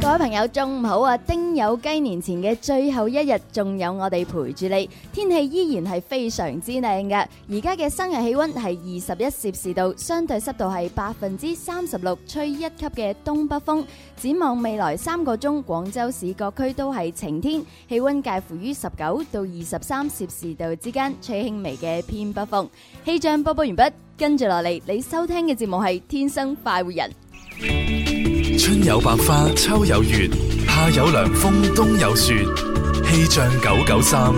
各位朋友，中午好啊！丁酉雞年前嘅最後一日，仲有我哋陪住你。天氣依然係非常之靚嘅，而家嘅生日氣温係二十一攝氏度，相對濕度係百分之三十六，吹一級嘅東北風。展望未來三個鐘，廣州市各區都係晴天，氣温介乎於十九到二十三攝氏度之間，吹輕微嘅偏北風。氣象播報完畢，跟住落嚟，你收聽嘅節目係《天生快活人》。春有百花，秋有月，夏有涼風，冬有雪。氣象九九三，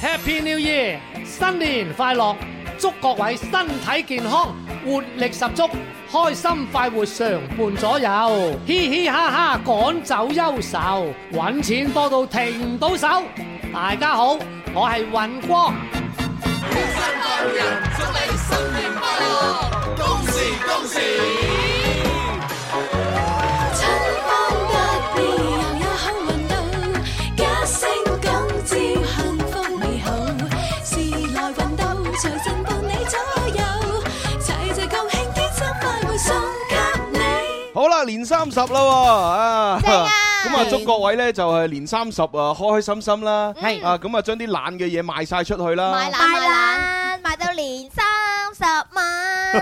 Happy New Year！新年快樂，祝各位身體健康，活力十足，開心快活常伴左右，嘻嘻哈哈趕走憂愁，揾錢多到停唔到手。大家好，我係尹光。春風得意又有幸運到，加星感召幸福美好，時來運到財神伴你左右，齊齊共慶天生快活送給你。好啦，年三十啦喎，啊，正啊咁啊，祝各位咧就係年三十啊，開開心心啦，係啊，咁啊，將啲懶嘅嘢賣晒出去賣啦，懶賣懶，賣到年三十晚。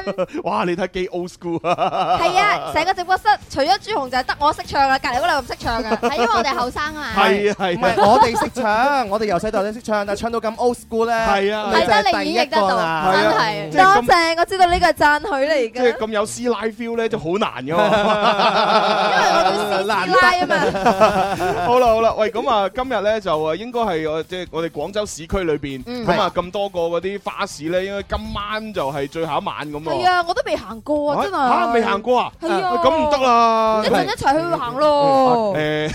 哇，你睇幾 old school 啊，係啊，成個直播室除咗朱紅就係得我識唱啦，隔離嗰兩個唔識唱嘅，係因為我哋後生啊嘛。 係啊係唔啊係我哋識唱，我哋由細到大都識唱，但係唱到咁 old school 咧，係啊你就係第一個啦。係啊真係即係咁多謝，我知道呢個係讚許嚟即係嘅，咁有師奶 feel 咧，就好難噶嘛。因為我叫師師奶啊嘛。 好啦好啦，喂，咁啊，今日咧就啊，應該係我即係我哋廣州市區裏邊，咁啊咁多個嗰啲花市咧，應該今晚就係最後一晚咁係咯。啊，我都未行過啊，真係。嚇未行過啊？係啊咁唔得啦一。陣一齊去行咯。誒，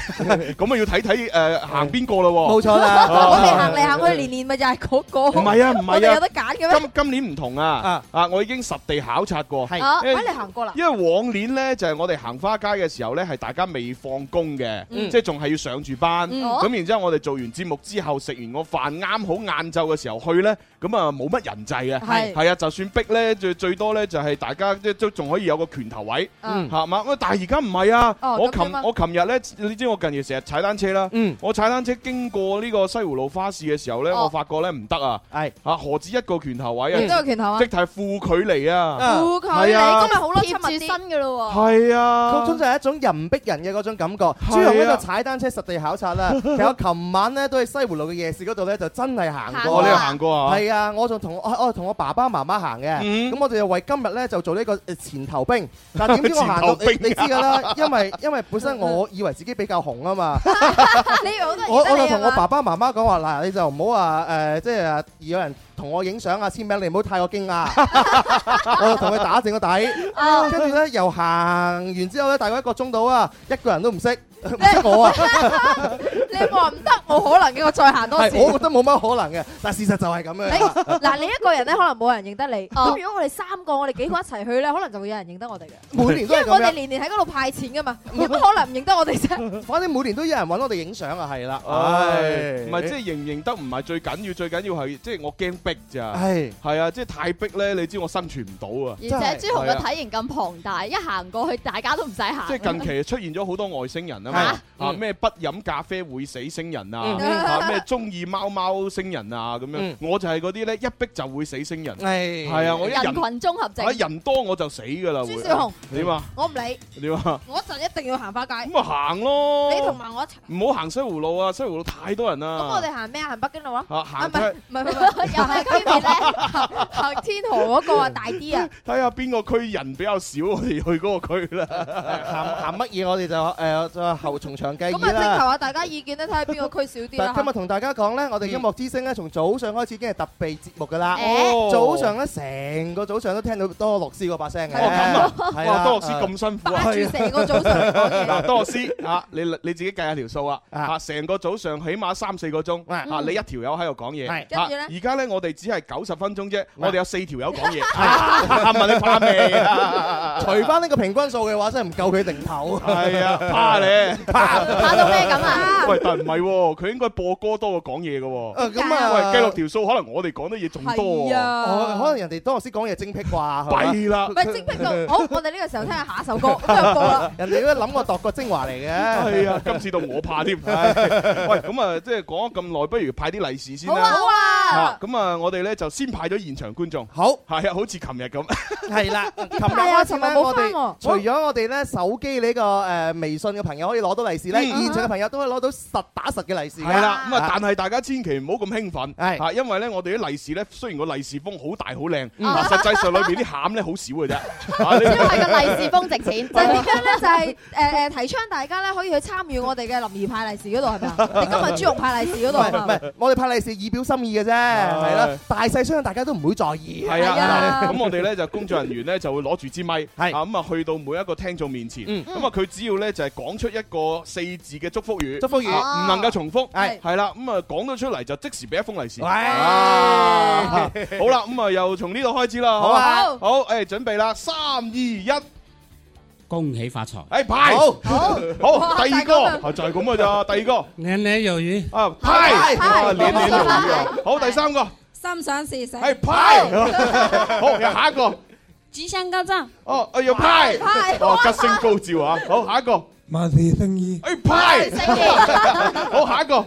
咁啊要睇睇誒行邊個咯喎。冇錯哦我哋啦，行嚟行去，年年咪就係嗰個。唔係啊唔我係哋有啊，得揀嘅咩？今今年唔同啊，啊我已經實地考察過。係啊，因為喂，你行過啦。因為往年呢，就係、我哋行花街嘅時候呢，係大家未放工嘅，即係仲係要上住班。嗯咁、然之後，我哋做完節目之後，食完個飯，啱好晏晝嘅時候去呢，咁啊冇乜人滯啊。係係啊，就算逼呢，最最多呢就係大家即係都仲可以有個拳頭位，嗯係嘛、喂但係而家唔係啊！哦我咁琴點啊我琴日呢，你知我近日成日踩單車啦。嗯我踩單車經過呢個西湖路花市嘅時候呢，哦我發覺呢唔得啊！係啊，何止一個拳頭位你都啊，有拳頭啊即！係負距離啊！啊顧佢，嗯哦你係啊今日好咯，貼親密住啲。身嘅咯喎。係啊，嗰種就係一種人逼人嘅嗰種感覺。啊朱紅呢度踩單車實地考察 啦，其實我琴晚咧都喺西湖路嘅夜市嗰度咧就真係行哦，過行過你有啦。行過啊？係啊，我仲同我我同我爸爸媽媽行嘅，嗯咁我哋就為今日咧就做呢個誒前頭兵。但點知我 行前頭到兵你啊你知㗎啦，因為因為本身我以為自己比較紅啊嘛。你以為好多人我認我得就你啊同我嘛？爸爸媽媽講話嗱，你就唔好話誒，即係啊有人同我影相啊簽名，你唔好太過驚 訝。我就同佢打正個底，跟住咧又行完之後咧，大概一個鐘到啊，一個人都唔識，唔識 我啊，你有冇話唔得，冇可能嘅，我再行多次係。我覺得冇乜可能嘅，但事實就係咁 樣。哎嗱，你一個人咧，可能冇人認得你。哦咁如果我哋三個，我哋幾個一齊去咧，可能就會有人認得我哋 嘅。每年因都係為我咁哋樣，年年喺嗰度派錢噶 嘛，有乜可能唔認得我哋啫？反正每年都有人揾我哋影相啊，係啦，唉，唔係即係認唔認得唔係最緊要，最緊要係即係我驚逼咋。係係啊，即係太逼咧，你知我生存唔到啊。真而係且朱紅嘅體型咁龐大，一行過去大家都唔使啊行。即係近期出現咗好多外星人啊嘛，係嗯啊咩不飲咖啡會死星人啊，嗯啊咩中意貓貓星人啊咁樣嗯，我就係嗰啲咧一逼就會死星人，嗯係係啊，我一人人群綜合症我一。人多我就死㗎啦，朱會少雄，點啊我唔理，點啊，我就一定要行花街。咁啊行你同咯，埋我一齊。唔好行西湖路啊，西湖路太多人咁我啦，哋行咩啊？行北京路啊？啊啊，行唔出去係唔係唔係，又係跟住咧行行天河嗰個啊，大啲啊。睇下邊個區人比較少，我哋去嗰個區啦。 行行乜嘢我哋就誒就後從長計咁議啊，徵求啦。下大家意見咧，睇下邊個區少啲啦但。今日同大家講呢，我哋音樂之星呢，從早上開始已經係特備節目㗎啦。哦早上呢，成個早上都聽到多樂斯嗰把聲嘅。哦咁啊，係哇，啦多樂斯咁辛苦啊！霸住成個早上嚟講 嘢嗱，多樂斯啊，你你自己計下條數啊，啊啊，成個早上起碼三四個鐘，啊啊，你一條友喺度講嘢，係嗯跟住呢啊而家咧我哋只係九十分鐘啫，我哋有四條友講嘢，啊問你怕未啊？除翻呢個平均數嘅話，真係唔夠佢零頭。係啊， 怕你。打到咩咁 啊？喂，但唔係喎，佢應該播歌多過講嘢嘅喎。 啊咁啊，喂，計落條數，可能我哋講得嘢仲 多係喎。啊，哦可能人哋多樂斯講嘢精闢啩，係嘛弊啦唔，係精辟到，好，我哋呢個時候聽下下一首歌，咁就播啦。人哋都諗過度過精華嚟嘅。係啊，今次到我怕添。喂，咁啊，即係講咗咁耐，不如派啲利是先好啊，啦。好啊。咁啊，我哋咧就先派咗現場觀眾。好。係啊，好似琴日咁。 係 啦，琴日係啊開始琴日咧，冇我返哋喎除咗我哋咧手機呢個誒微信嘅朋友可以攞到利是咧，嗯現場嘅朋友都可以攞到實打實嘅利是系㗎啦，咁啊啊，但係大家千祈唔好咁興奮，係啊，因為咧我哋啲利是咧，雖然個利是封好大好靚，嗯但實際上裏邊啲餡咧好少嘅啫。 啊主要你係個利是封值錢， 就係點樣咧？就係 誒誒提倡大家咧可以去參與我哋嘅林兒派利是嗰度係 咪啊？你今日朱紅派利是嗰唔度係係唔咪？係，我哋派利是以表心意嘅啫，係啦，大細相信大家都唔會在意。係係啊啊，咁我哋咧就工作人員咧就會攞住支咪，係啊咁啊去到每一個聽眾面前，嗯咁啊佢只要咧就係講出一個四字嘅祝福語，祝福語哦啊唔能夠重複，係係啦，咁啊講咗出嚟就即時俾一封利是。喂啊好啦，咁啊又從呢度開始啦，好啊好，好，誒準備啦，三二一，誒恭喜發財，派。好，好，第二哇個就係咁嘅咋，第二個年年有餘，啊派派啊年年有餘啊，好第三個心想事成係派，好又下一個吉祥高照，哦，啊要派，哦吉星高照啊，好下一個萬事勝意，誒派，哎好下一個誒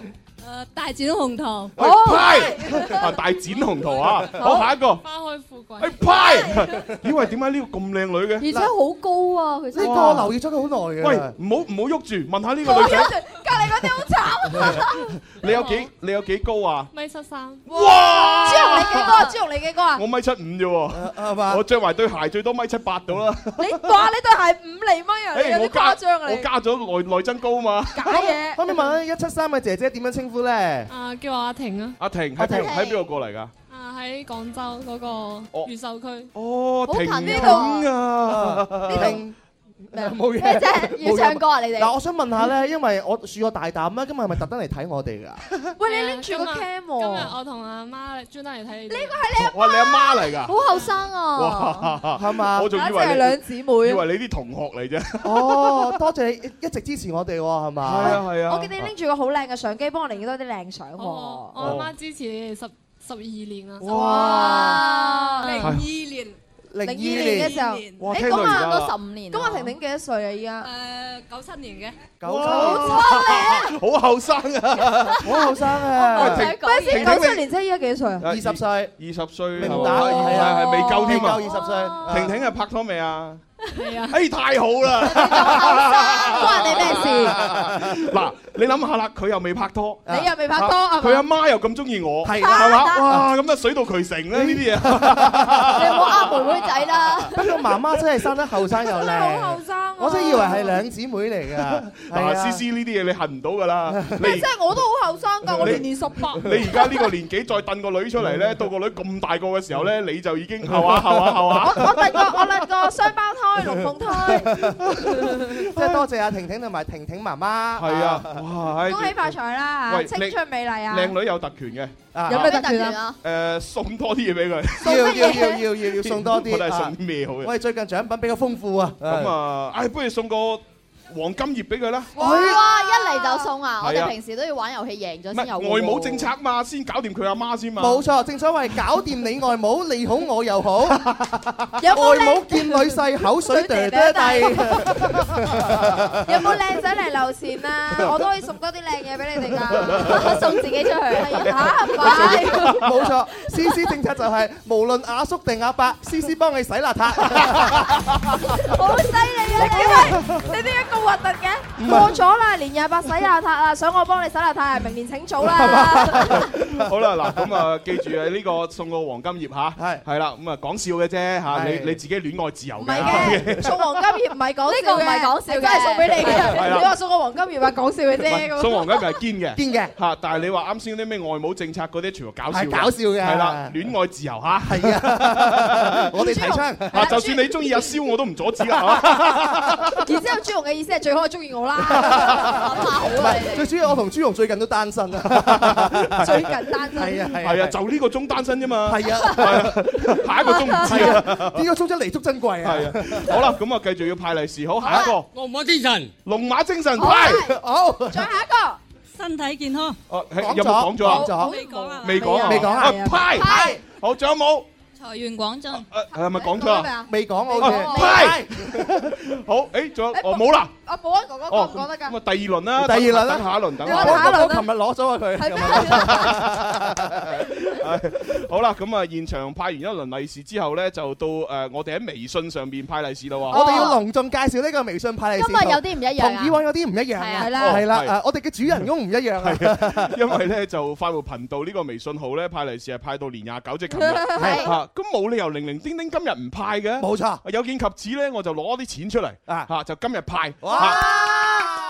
呃大展宏圖，誒派啊大展宏圖啊，好下一個哎花開富貴誒派， 咦喂點解呢個咁靚女嘅？而且好高啊！佢 呢個我留意咗佢好耐嘅。喂，唔好唔好喐住，問下呢個女仔，隔離嗰啲好慘。啊你有幾你有幾高啊？米七三，哇！朱紅你幾高啊？朱紅你幾高啊我？米七五啫喎。誒係嘛我？着埋對鞋最多米七八到啦。你哇你對鞋五厘米啊！你誒，啊有我啲誇加張啊！我你加咗內內增高嘛。假嘢。可唔可以問下一七三嘅姐姐點樣稱呼咧？啊叫我阿婷啊，阿婷喺阿婷邊度喺邊度過嚟㗎？啊喺廣州嗰個越秀區，哦，好婷近呢婷啊，聽 冇咩嘢。啫？要唱歌啊！你嗱，哋我想問下咧，因為我恕我大膽啦，今日係咪特登嚟睇 我哋㗎？喂，你拎住個今日 cam 今喎日。我同阿媽專登嚟睇你哋，哇，你阿媽嚟㗎？好後生啊！哇！係嘛我？仲簡以直係為兩姊你以妹啊！為你啲同學嚟啫。係哦，多謝你一直支持我哋喎，係嘛？啊係我啊見。你拎住個好靚嘅相機，幫我影多啲靚相喎。我我哇！阿媽支持你哋十哦十二年啊啦，二年零二哇！零二年年嘅時候，哇，誒聽到咁啊而差唔多家啦十五年啦。咁阿婷婷幾多歲啊？依家誒九七年九好後生啊！七，好後生啊！喂，嗰陣時婷九婷七年即係依家幾多歲啊？二十歲，二十歲明係打嘛係啊係係未夠未添夠啊二！十歲。婷婷係拍拖未啊？係啊，哎，太好啦！關你咩事？ 嗱，你諗下啦，佢又未拍拖。你又未拍拖啊？佢阿媽又咁中意我，係啊係嘛？哇，咁啊水到渠成咧呢啲嘢。你唔好呃妹妹仔啦！不過媽媽真係生得後生又好靚後，生啊！我真以為係兩姊妹嚟㗎。嗱係啊，C C 呢啲嘢你恨唔到噶啦。你喂，即而係我都好後生㗎，我你年年十八。你而家呢個年紀再掟個女出嚟咧，到個女咁大個嘅時候咧，你就已經後下後下後我下。我突個我突個雙胞胎、龍鳳胎，即係多謝阿婷婷同埋婷婷媽媽。係啊，哇！唉恭喜發財啦嚇！喂青靚春美麗啊！靚女有特權嘅，啊，有咩特權啊？啊？誒送多啲嘢俾佢。要要要要要要送多我哋啲係啊！送咩好嘅？我哋最近獎品比較豐富啊。咁，啊，唉，不如送個黃金葉俾佢啦。哇！一嚟就送啊！我係哋啊平時都要玩遊戲贏咗唔先有係喎外母政策嘛，先搞掂佢阿媽先嘛。冇錯，正所謂搞掂你外母，你好我又好。有冇外靚母見女婿，口水嗲嗲 地。有冇靚仔嚟留線啊？我都可以送多啲靚嘢俾你哋㗎。送自己出去。嚇唔係？ 冇錯，C C 政策就係無論阿叔定阿伯，C C 幫你洗邋遢。好犀利啊！你喂，你點解咁核突嘅？ 過咗啦，年廿八洗邋遢啦，想我幫你洗邋遢，明年請早啦。好啦，嗱咁啊，記住啊，呢個送個黃金葉吓，係係啦，咁啊講笑嘅啫吓，你係你自己戀愛自由唔係 嘅。嘅，送黃金葉唔係講笑嘅呢個唔係講笑嘅真係送俾你 係啦嘅。你話送個黃金葉話講笑嘅唔啫係咁。送黃金係堅嘅，堅嘅嚇。但係你話啱先啲咩外母政策嗰啲，全部搞笑嘅，係搞笑嘅係啦，戀愛自由嚇，à. 係啊，我哋提倡啊，就算你中意阿蕭，我都唔阻止啊 啦，嚇。然之後朱紅嘅意思係最好係中意我啦， 唔諗下好啊係，最主要我同朱紅最近都單身啊，最近單身係啊係係啊，就呢個鐘單身啫嘛，係啊係啊，下一個鐘唔知係啊， 啊，呢個中真彌足珍貴啊，係啊，好啦，咁啊繼續要派利是，好，下一個龍馬精神，龍馬精神派，好再下一個。身體健康，哦係有冇講咗啊？咗未講啊，未講啊？未講啊啊派派，好，仲有冇？財源廣進，誒呃係咪講咗啊？未講好啊似，派， 好，誒仲有哦冇啦，阿保安哥哥講哦唔講得㗎咁？啊第二輪啦，第二輪啦等下一輪等我下哋一輪。下一輪啦我琴日攞咗啊佢，係咩？ 好啦，咁啊現場派完一輪利是之後咧，就到誒我哋喺微信上面派利是啦喎。我哋要隆重介紹呢個微信派利是今日有啲唔一樣同啊以往有啲唔一樣係啊啊係啦係啦，係誒我哋嘅主人翁唔一樣啊，因為咧就快活頻道呢個微信號咧派利是係派到年廿九即係琴日， 係嚇咁冇理由零零丁丁今日唔派嘅。冇錯有見及此咧，我就攞啲錢出嚟啊嚇，就今日派。哇嚇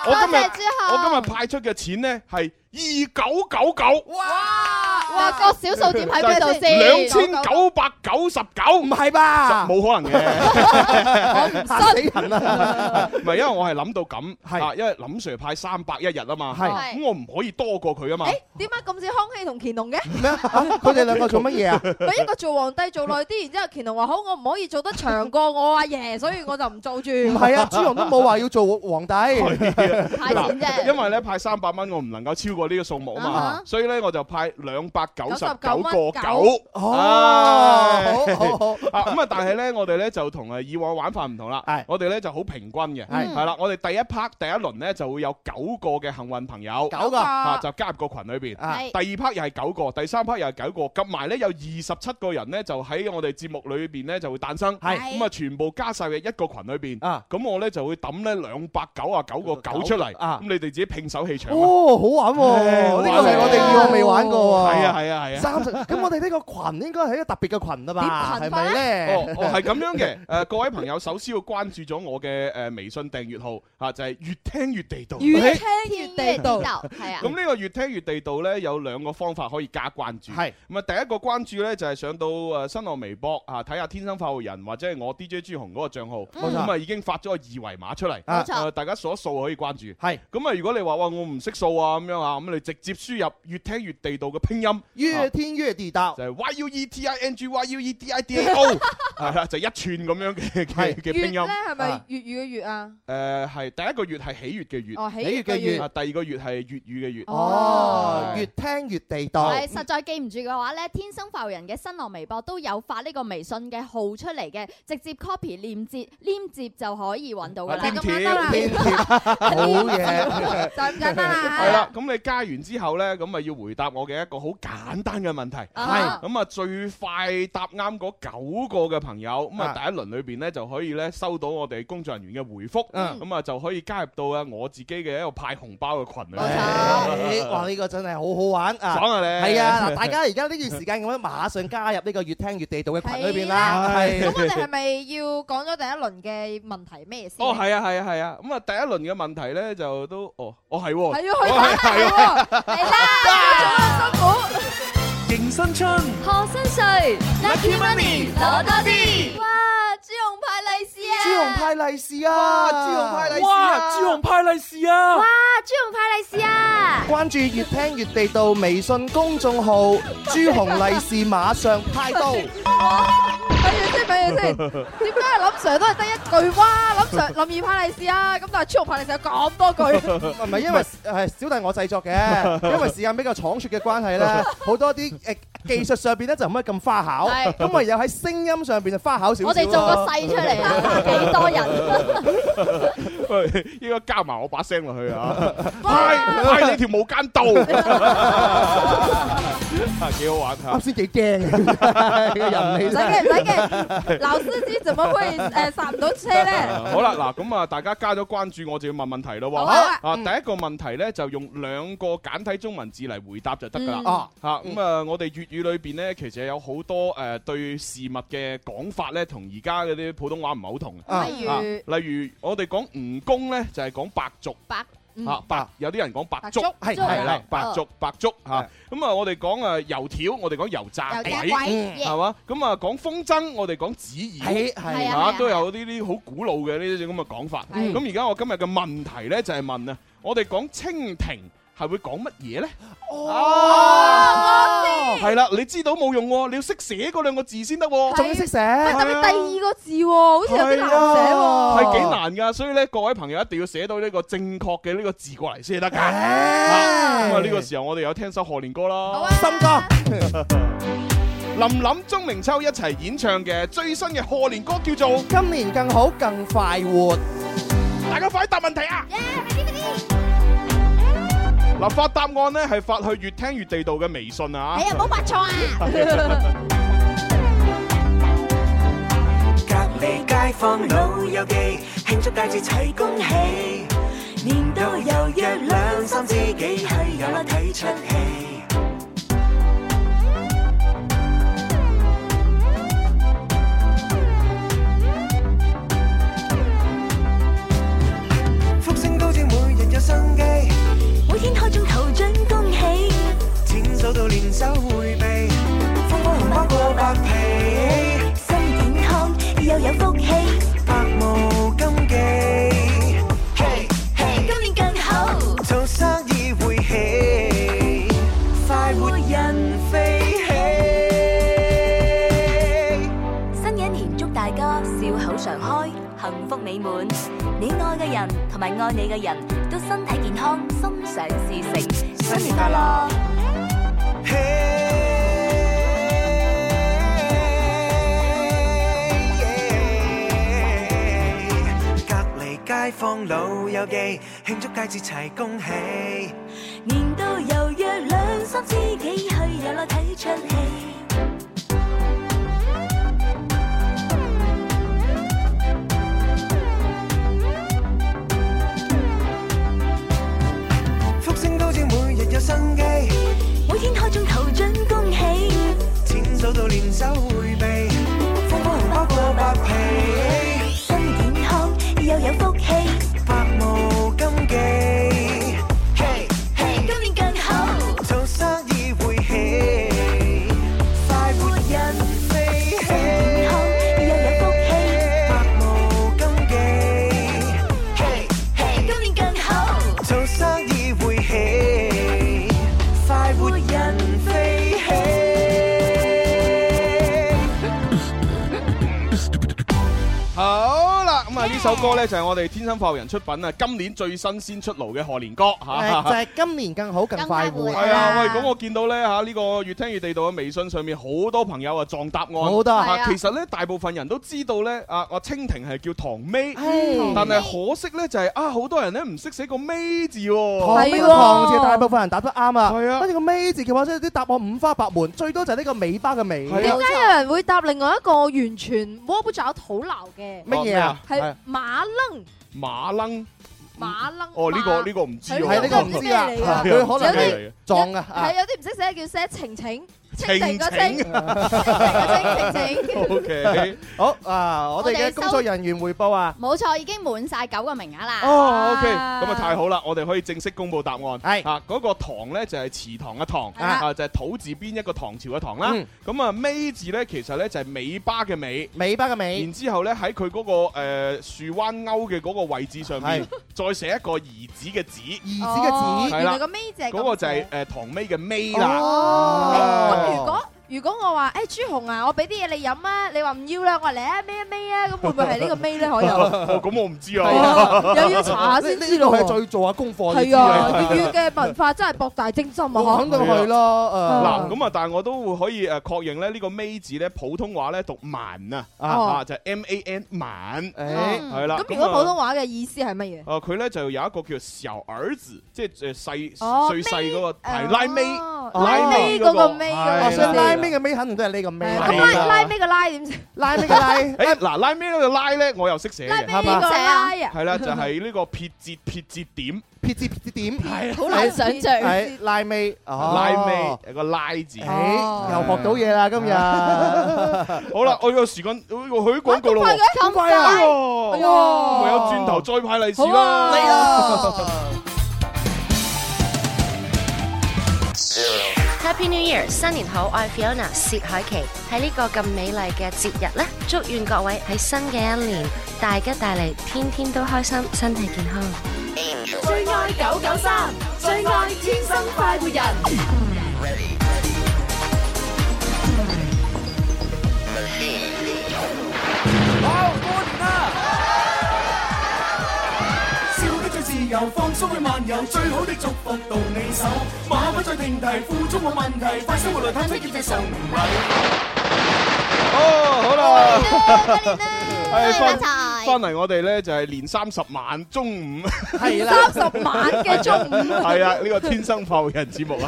我今日多謝朱浩我今日派出嘅錢咧係二九九九，哇，個小數點喺邊度先？兩千九百九十九，唔唔係吧？冇可能嘅。嚇死人啦！唔係，因為我係諗到咁，係啊，因為林 Sir 派三百一日啊嘛，係咁我唔可以多過佢啊嘛，誒哎點解咁似康熙同乾隆嘅？咩啊？佢哋兩個做乜嘢啊？咪一個做皇帝做耐啲，然之後乾隆話好，我唔可以做得長過我阿爺，所以我就唔做住。唔係啊，朱紅都冇話要做皇帝，派 錢啫因為咧派三百蚊我唔能夠超過呢個數目啊啊嘛哈，所以咧我就派兩百九十九99個蚊九九。哦，唉好好好，啊咁啊！但係咧，我哋咧就同誒以往玩法唔同啦係。我哋咧就好平均嘅，係係啦。我哋第一 part 第一輪咧就會有九個嘅幸運朋友，九個啊就加入個群裏邊。啊第二 part 又係九個，第三 part 又係九個，夾埋咧有二十七個人咧就喺我哋節目裏邊咧就會誕生。係咁啊，全部加晒入一個群裏邊。啊咁我咧就會抌咧兩百九啊九個九出嚟。啊咁你哋自己拼手氣場啊。哦，好玩喎！呢係個係我哋以往未玩過喎。係啊係啊係啊。三十咁，我哋呢個群應該係一個特別嘅群啊嘛，點係群法咪呢哦咧？哦，係咁樣嘅，誒、各位朋友，首先要關注咗我嘅誒、微信訂閱號啊，就係、越聽越地道。越咁聽越地道。係啊，呢個越聽越地道呢，有兩個方法可以加關注。係咁啊，第一個關注呢，就係、上到誒新浪微博啊，睇下天生發號人或者係我 DJ 朱紅嗰個帳號，冇錯咁啊已經發咗個二維碼出嚟，啊冇錯誒大家數一數可以關注。係咁啊，如果你話哇我唔識數啊咁樣啊，咁你直接輸入越聽越地道嘅拼音。越天越地道就。係 Y U E T I N G Y U E D I D A O，係啦，就一串咁樣嘅嘅嘅粵拼咧音。係咪啊粵語嘅粵啊？誒係第一個月係喜悅嘅月，哦，喜喜悅悅嘅嘅粵粵。啊第二個月係粵語嘅月。哦，係越聽越地但道。係實在記唔住嘅話咧，天生浮人嘅新浪微博都有發呢個微信嘅號出嚟嘅，直接 copy 黏接黏接就可以揾到㗎黏啦就。貼咁簡單啦，天貼好 嘢，就咁簡單啦。係啦，咁你加完之後呢，咁啊要回答我嘅一個好簡單嘅問題。啊咁啊，最快答啱嗰九個嘅朋友，咁啊啊第一輪裏邊呢，就可以呢收到我哋工作人員嘅回覆，嗯咁啊就可以加入到啊我自己嘅一個派紅包嘅群裏冇邊。唉哎哇！呢個真係好好玩啊！爽啊你！係啊，嗱，大家而家呢段時間咁樣，馬上加入呢個越聽越地道嘅群裏邊啦。係係咁我哋係咪要講咗第一輪嘅問題咩先？ 哦，係啊，係啊，係啊，咁啊，第一輪嘅問題咧就都，哦，哦係係要喎，去啊 打係喎，嚟啦！辛苦。迎新春，何新穗 Lucky Money 攞多啲。哇！朱紅派利是啊！朱紅派利是啊！朱紅派利是哇！朱紅派利是啊！哇！朱紅派利是啊！關注越聽越地道微信公眾號，朱紅利是馬上派到。咪住先，咪住先。點解林 Sir 都係得一句哇？林 Sir 林二派利是啊，咁但係朱紅派利是有咁多句。 唔係因為誒小弟我製作嘅，因為時間比較倉促嘅關 係咧，好多啲誒技術上邊咧就唔可以咁花巧，係咁唯有喺聲音上邊就花巧少少咯。我哋做個細出嚟啊，幾多人？喂應該加埋我把聲落去啊！派派你條無間道， 啊幾好玩啊！啱先 幾驚嘅，個人嚟。 唔使驚唔使驚，老司機怎 麼會誒剎唔到車 咧？好啦，嗱咁啊，大家加咗關注，我就要問問題咯喎。好啊啊，第一個問題咧就用兩個簡體中文字嚟回答就得㗎啦嗯。啊，嚇咁啊，我哋粵語裏邊咧，其實有好多誒對事物嘅講法咧，同而家嗰啲普通話唔係好同。À. 啊例如啊例如我哋講蜈蚣咧，就係講白族。白嗯啊白，有啲人講白粥，白粥係哦係啦係，白粥白粥嚇。咁啊，我哋講誒油條，我哋講油炸油鬼，炸鬼嗯 Ừ. 係嘛？咁啊，講風箏，我哋講紙鳶，係嚇係係啊嗯都有呢啲好古老嘅呢啲咁嘅講法。係咁而家我今日嘅問題咧就係問啊，我哋講蜻蜓係會講乜嘢咧？哦，係啦，你知道冇用喎，你要識寫嗰兩個字先得喎。仲要識寫喂，特別第二個字喎，好似有啲難寫喎。係幾難噶，所以咧各位朋友一定要寫到呢個正確嘅呢個字過嚟先得㗎。啊咁啊呢個時候我哋有聽首賀年歌啦，心歌。林林、鐘明秋一齊演唱嘅最新嘅賀年歌叫做《今年更好更快活。大家快答問題啊！嗱，發答案咧係發去越聽越地道嘅微信啊！哎呀唔好發錯 à. 啊隔離街坊老友記，慶祝大節齊恭喜。年度又約兩三知己，係有得睇出戲。福星高照，每日有生機。每天開張頭獎恭喜，錢數到連手迴避，風光紅包過百皮，身健康又有福氣，百無禁忌。嘿嘿，今年更好，做生意會起，快活人飛起。新嘅一年祝大家笑口常開，幸福美滿。你愛嘅人同埋愛你嘅人都身體健康，心想事成。新年快樂！隔離街坊老友記，慶祝佳節齊恭喜。年度又約兩三知己去遊樂睇唱戲。福星高照，每日有生機。每天開中頭獎恭喜，錢數到連手迴避，風光紅包過百皮。身健康又有福氣，百無禁忌。嘿嘿，今年更好，做生意會起，快活人飛起。又有福氣，百無禁忌。嘿嘿，今年更好，做生意會起，快活人飛起。好啦，咁啊呢首歌咧就係我哋天生快活人出品啊，今年最新鮮出爐嘅賀年歌 誒就吓 係。今年更好更快活。係啊，喂，咁我見到咧嚇呢個越聽越地道嘅微信上面好多朋友啊撞答案，好多係啊啊其實咧大部分人都知道咧啊啊蜻蜓係叫唐尾，係但係可惜咧就係啊好多人咧唔識寫個尾字唐喎，呢個唐字，大部分人答得啱啊。係啊跟住個尾字嘅話，即係啲答案五花八門，最多就係呢個尾巴嘅尾。啊點解有人會答另外一個完全摸不着頭腦嘅？乜嘢啊係係啊馬楞馬楞。馬楞。哦，呢個呢個唔知喎，哦係呢個唔知 啊，係啊佢可能有係啲撞啊。啊係有啲唔識寫叫寫晴晴， 晴晴晴 晴個晴，À. 晴晴晴 晴。OK，好啊，我哋嘅工作人員匯報啊。冇錯，已經滿晒九個名額啦。哦，OK，咁啊太好啦，我哋可以正式公布答案。係啊，嗰個唐咧就係祠堂嘅堂，係啦啊就係土字邊一個唐朝嘅唐啦嗯。咁啊尾字咧其實咧就係尾巴嘅尾，尾巴嘅尾然之後咧喺佢嗰個誒樹彎勾嘅嗰個位置上面，再寫一個兒子嘅子，兒子嘅子哦原來個尾字係呃咁嗰個就係誒唐尾嘅尾啦。Ờ. 哦，誒咁如果如果我話誒朱紅啊，我俾啲嘢你飲啊，你話唔要啦，我話嚟啊咩啊咩啊，咁會唔會係呢個咩咧？ 可以哦，咁我唔知啊，又要查下先呢知度道係喎。最做下功課嘅資係料。啊，粵語嘅文化真係博大精深啊！我肯定係咯誒嗱咁啊，但係我都會可以誒確認咧，呢個 May 字咧普通話咧讀萬啊，哦啊就係 M A N 萬，係啦。咁如果啊普通話嘅意思係乜嘢？啊，佢咧就有一個叫小兒子，即係誒呃細哦最細嗰個尾係拉尾，拉尾嗰個尾嗰個哦所以尾拉尾嘅尾肯定都係呢個尾。咁拉拉尾個拉點寫？拉尾個 拉誒哎嗱拉尾嗰個拉咧，我又識寫嘅，呢個啊拉啊？係啦，就 係呢個撇折撇折點，撇折撇折點，係啊好難想像係拉尾，哦拉尾有個拉字，誒又學到嘢啦今日。好哦啦，我有時間，我去廣告咯喎，咁快啊哎呀唯有轉頭再派利是好啊啦，嚟啊 Happy New Year！新年好，我係 Fiona 薛凱琪。喺呢個咁美麗嘅節日呢，祝願各位喺新嘅一年大吉大利，天天都開心，身體健康。最愛九九三，最愛天生快活人。笑得最自由，放鬆去漫遊，最好的祝福到你手，馬不再停蹄，付中冇問題，快生活來探出結隻送禮。哦，好啊啦，係翻翻哎嚟，我哋咧就係年三十晚中 午，係啦30晚嘅中午係啊，呢個天生浮人節目啊，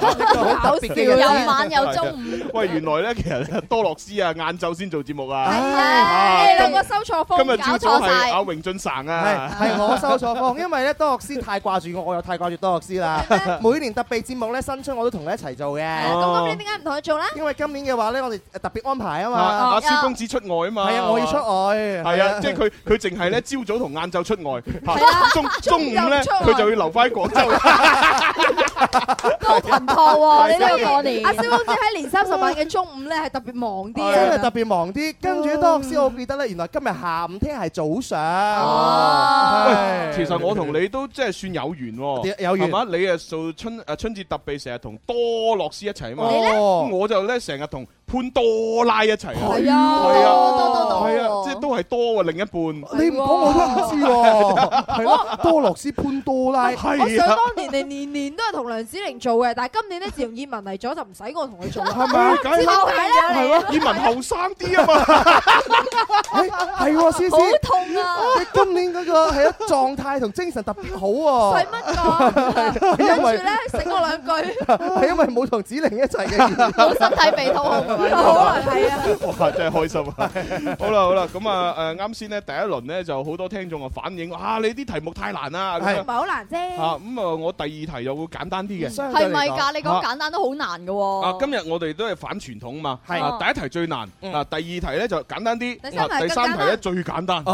好特別嘅日子有晚有中午。 喂，原來咧其實多樂斯啊，晏晝先做節目係啊，À, 啊，你兩個收錯風，今日朝早搞係錯晒阿榮俊成係啊，係我收錯風，因為咧多樂師太掛住我，我又太掛住多樂 師啦。每年特備節目咧，新春我都同佢一齊做嘅。咁咁你點解唔同佢做咧？因為今年嘅話咧，我哋特別安排啊啊阿哦嘛。蕭公子出外啊嘛，係啊，我要出外。係啊， 即係佢佢淨係咧朝早同晏晝出外，係啊嚇中中午咧中午又出外佢就要留翻喺廣州。 高頻錯喎，你呢個過年。係啊阿蕭公子喺年三十 晚嘅中午咧係特別忙啲真係嘅。特別忙啲，跟住多樂師，我記得咧，原來今日下午聽係早上。哦喂，係其實我同你都即係算有緣喎，有緣係嘛？你啊做春誒春節特備，成日同多樂師一齊啊嘛。你呢咁我就咧成日同潘多拉一齊啊。係啊係多多多多係啊，即係都係多啊另一半。你唔講我都唔知喎，係咯，多樂斯潘多拉，我想當年你年年都係同梁子玲做嘅，但係今年咧自從葉文嚟咗就唔使我同 佢做啦。係咪啊梗係知道啦係啦，係咯葉文後生啲啊嘛。 係係喎，思思，好痛啊！你今年嗰個係啊狀態同精神特別好喎， 使 乜講？跟因住為咧醒我 兩句，係因為冇同子玲一齊嘅，冇身體被套控，可能係啊。哇！真係開心啊！ 好啦好啦，咁啊誒啱先咧第一輪咧就好多聽眾啊反映啊你啲題目太難啦，咁唔係樣好難啫嚇咁啊我第二題又會簡單啲嘅，係咪㗎？你講啊簡單都好難㗎哦啊，喎。今日我哋都係反傳統嘛，係啊第一題最難，啊第二題咧就簡單啲，嗯第三題啊第三題咧最啊簡單，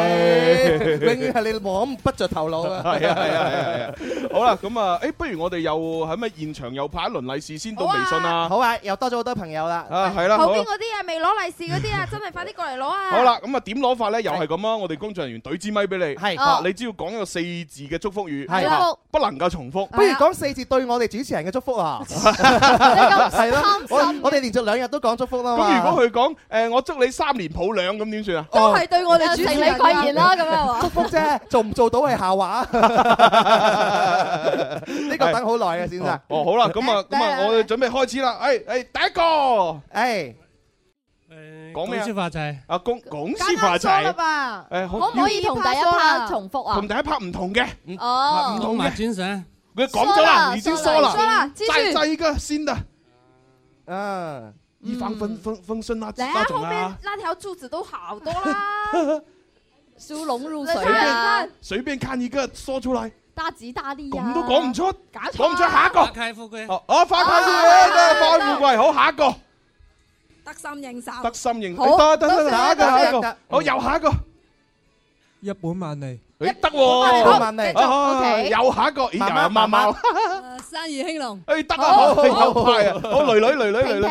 係唉永遠係你摸不着頭腦啊！ 係啊係啊係啊！好啦，咁啊，誒，不如我哋又喺咪現場又派一輪利是先到微信啊！好啊，又多咗好多朋友啦。啊，係啦，好後啦邊嗰啲啊未攞利是嗰 啲啊，真係快啲過嚟攞啊！好啦，咁啊點攞法咧？又係咁啊！我哋工作人員懟支咪俾你，係啊哦你只要講一個四字嘅祝福語，係啊祝不能夠重複。不如講四字對我哋主持人嘅祝福啊！咁係咯貪心，我 我哋連續兩日都講祝福啊啦嘛。咁如果佢講誒，我祝你三年抱兩咁點算啊？哦都係對我哋主持人貴言啦，咁樣話。祝福 啫，做唔做到係下話。呢個等好耐嘅先生。哦，好啦，咁啊，咁啊，我哋準備開始啦。誒誒，第一個，誒，講咩恭喜啊？發財，啊，恭恭喜發啱咗啦財。吧？誒，可唔可以同第一 part 重複啊同？第一 part 唔同嘅，哦唔同嘅。專上佢講咗啦，已經疏說了說啦了，繼續再一個新的。嗯，一帆風風風順那嚟那啊，種後面啊，那條柱子都好多啦，小龍入你水睇下啊你！隨便看一個說出來，大子大利啊！咁都講唔出，講唔出下一個。花開富貴，哦，哦，花開富啊貴，花開富貴，好，下一個。得心應手。得心應，好得得得，得下一個，得下一個得，好，又下一個，一本萬利，誒得好喎，萬利啊繼續，OK 又下一個，咦，又有貓貓，誒生意興隆。誒得啊，好好，好又快啊，好，女女女女女女，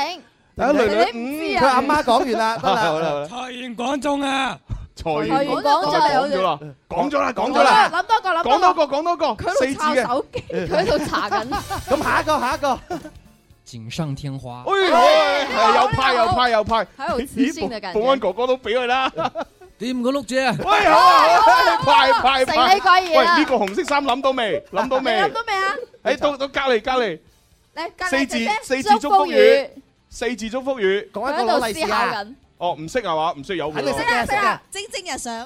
啊女女，嗯佢阿媽講完 啦，得好啦啦。好啦，財源廣眾啊！財財源源廣講眾咗啦，講咗啦，講咗啦，諗多個，諗講多多個，個，講多個，佢四喺字度抄嘅手機，佢喺度查緊。咁下一個，下一個，锦上添花。哎呀，係又派又派又派，好有磁性的咦感覺保保安哥哥都俾佢啦。掂嗰碌蔗啊！喂，好啊好啊，派派成派，你個嘢喂，啊呢個紅色衫諗到未？諗到未？誒，到到隔離隔離，嚟，隔離四字姐姐，四字祝福語，四字祝福語，講一個攞利是啊佢喺度思考緊。哦，唔識係嘛？唔識有佢識咯。啦識啦，蒸蒸日上。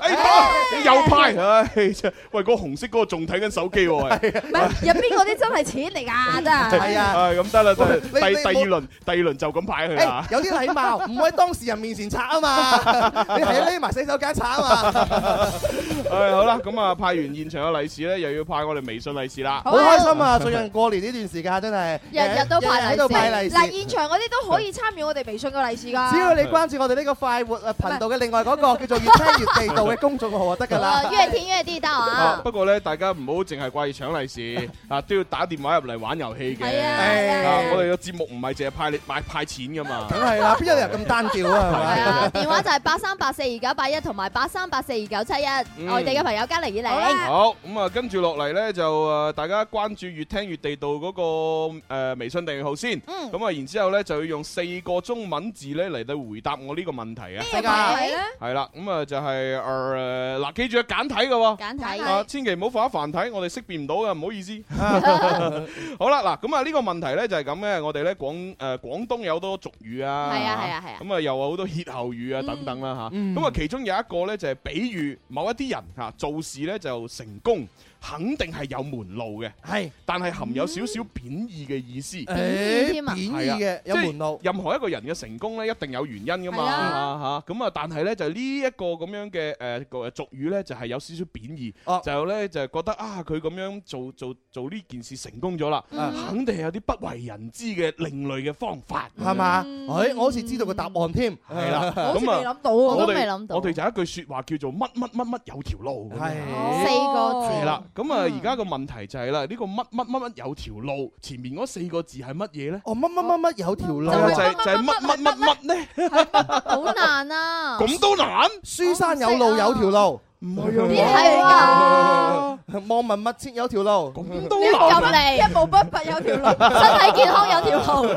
你又派，唉，真喂，嗰個紅色嗰個仲睇緊手機喎。喂入邊嗰啲真係錢嚟㗎，真係。係啊，咁得啦，得啦你第你第二輪，第二輪就咁派佢啦。有啲禮貌，唔可以當事人面前 拆啊嘛，你係匿埋洗手間拆啊嘛，誒好啦，咁啊派完現場嘅利是咧，又要派我哋微信利是啦。好開心啊！最近過年呢段時間真係日日都派日日利是，都派利是嗱，現場嗰啲都可以參與我哋微信嘅利是㗎。只要你關注我哋呢個快活誒頻道嘅另外嗰個叫做越聽越地道嘅公眾號就得㗎啦。啊，越聽越地道啊啊！不過咧，大家唔好淨係掛住搶利是啊，都要打電話入嚟玩遊戲嘅。係啊係啊係啊啊我哋嘅節目唔係淨係派你派派錢噶嘛。梗係啦，邊有人咁單調啊？係咪？啊，電話就係八三八四二九八一同埋八三八四二九七一，嗯外地嘅朋友加嚟以嚟。好咁啊，跟住落嚟咧就誒，大家關注越聽越地道嗰個誒微信訂閱號先。嗯咁啊，然之後咧就要用四個中文字咧嚟到回答我呢個問題啊。咩問題咧？係啦，咁啊就係誒嗱，記住係簡體嘅喎，簡體啊，千祈唔好放喺繁體，我哋識辨唔到嘅，唔好 意思。好啦，嗱，咁啊呢個問題咧就係咁嘅，我哋咧廣誒廣東有好多俗語啊，係啊係啊係啊咁啊又有好多歇後語啊等等啦嚇，嗯咁啊其中有一個咧就係比喻某一啲人嚇做事咧就成功，肯定係有門路嘅，係，但係含有少少嗯貶義嘅意思，貶義添啊貶義嘅係啊有即係門路任何一個人嘅成功咧，一定有原因噶嘛係嚇啊咁啊，但係咧就呢一個咁樣嘅誒個俗語咧，就係有少少貶義，就咧就係覺得啊佢咁樣做做做呢件事成功咗啦，嗯肯定係有啲不為人知嘅另類嘅方法，係嘛？誒，我好似知道個答案添。係啦，咁啊，我哋我哋就有一句説話叫做乜乜乜乜有條路，係哦四個字係啦。咁啊，而家個問題就係啦，呢個乜乜乜乜有條路前面嗰四個字係乜嘢咧？哦，乜乜乜乜有條路，就係就係就係乜乜乜乜咧？好難啊！咁都難？書山有路有條路，唔邊係㗎？望聞問切有條路，咁都難啊你咁嚟一毛不拔有條路，身體健康有條路，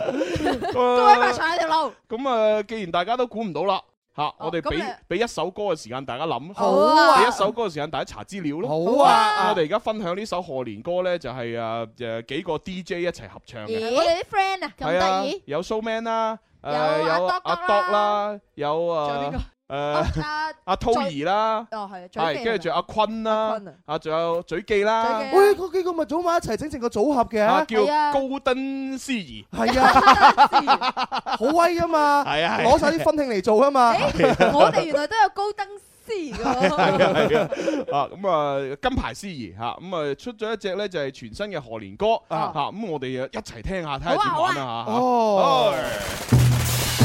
各位快上一條路。咁啊，既然大家都估唔到啦。吓，我哋咁俾你俾一首歌嘅時間大家諗，好啊俾一首歌嘅時間大家查資料咯。好啊我哋而家分享呢首賀年歌咧，就係誒誒幾個 DJ 一齊合唱嘅。我哋啲 friend 啊，係啊，有 Showman 啦，誒有阿有德阿德德啦，有啊哦誒阿兔兒啦，哦係嘴係啊記跟住仲有阿坤啦，啊仲有嘴記啦，喂，嗰幾個咪組埋一齊整成個組合啊 嘅，叫高登司儀，係啊，好威啊嘛，係啊係啊攞晒啲婚慶嚟做啊 嘛，我哋原來都有高登師㗎 係啊係啊啊咁啊金牌司儀嚇，咁啊出咗一隻咧就係全新嘅賀年歌嚇，啊咁我哋啊一齊聽下睇下點好啊玩啊嚇。哦唉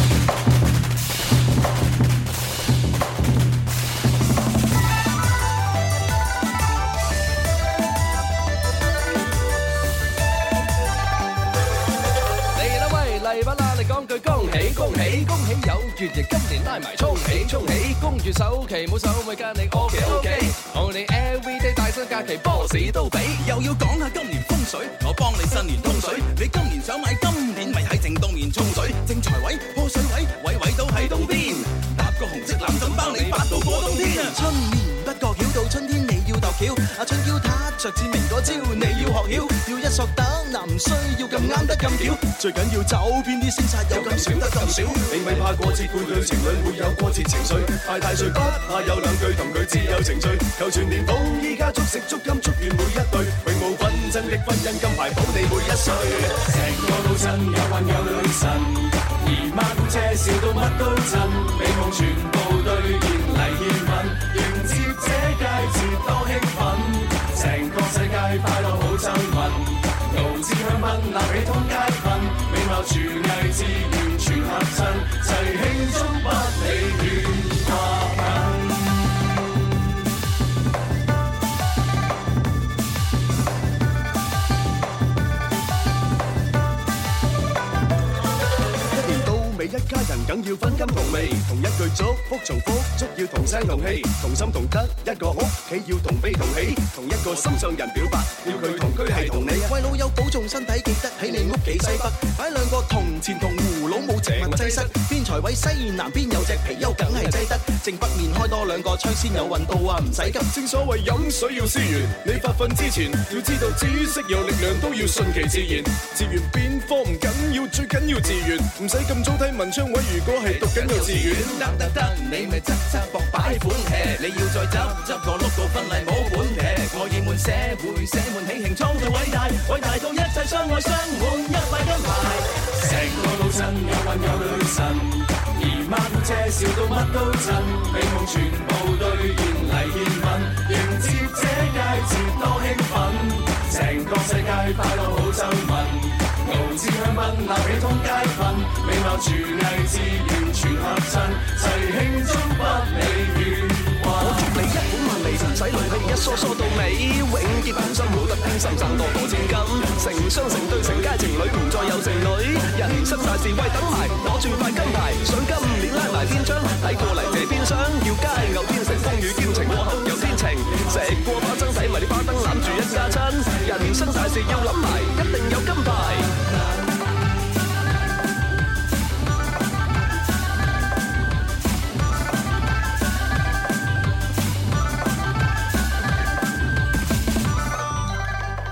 嚟啦喂，嚟吧啦，你講句恭喜恭喜恭喜有緣人今年拉埋沖喜沖喜，公住首期冇手尾跟你 OK OK，我哋 everyday 帶薪假期 boss 都俾，又要講下今年風水，我幫你新年通水。你今年想買，今年咪喺正當年沖水，正財位、破水位，位位都喺東邊。搭個紅色藍枕包你八到過冬天。春眠不覺曉，到春天你要度橋。阿春嬌他着志明嗰招，你要學曉，要一索得嗱，唔需要咁啱得咁巧。最緊要走邊啲先殺，有咁少得咁少。你咪怕過節半句情侶會有過節情緒，太太歲不怕有兩句同佢自有情趣，求全年到依家祝食祝金祝願每一對，永無紛爭的婚姻金牌保你每一歲。成個老襯有運有女神，姨媽姑姐笑到乜都震，美夢全部兌現嚟獻吻，迎接這佳節多興奮，成個世界快樂好皺紋，勞資香檳立起通街瞓，美貌廚藝自完全合襯，齊慶祝不理亂掛緊。一年到尾一家人梗要分金同味，同一句祝福重複，祝要同聲同氣，同心同德，一個屋企要同悲同喜，同一個心上人表白，要佢同居係同你。喂老友保重身體，記得喺你屋企西北擺兩個銅錢同葫蘆冇邪文擠塞，邊財位西南邊有隻貔貅，梗係擠得正北面開多兩個窗先有運到啊，唔使急。正所謂飲水要思源，你發奮之前要知道知識有力量都要順其自然，自然邊科唔緊要，最緊要自願，唔使咁早睇文昌位，如果係讀緊幼稚園，得得得，你咪側側膊擺款 h 你要再執執個碌到婚禮冇本 h 我要滿社會，寫滿喜慶創造偉大，偉大到一切相愛相滿一塊金牌，成個老身有品有女神，姨媽姑姐笑到乜都震，美夢全部兌現嚟獻吻，迎接這佳節多興奮，成個世界快樂好皺紋。牛脂香檳鬧起通街瞓，美貌廚藝自然全合襯，齊慶祝不理怨話。我祝你一本萬利，唔使累你一梳梳到尾，永結單身冇得偏心，賺多多千金，成雙成對成佳情侶，唔再有剩女，人生大事為等埋，攞住塊金牌，想今年拉埋天窗，睇過嚟這邊想要佳偶天成風雨兼程，過後有天晴，食過花生洗埋啲花燈攬住一家親，人生大事要諗埋，一定有金牌。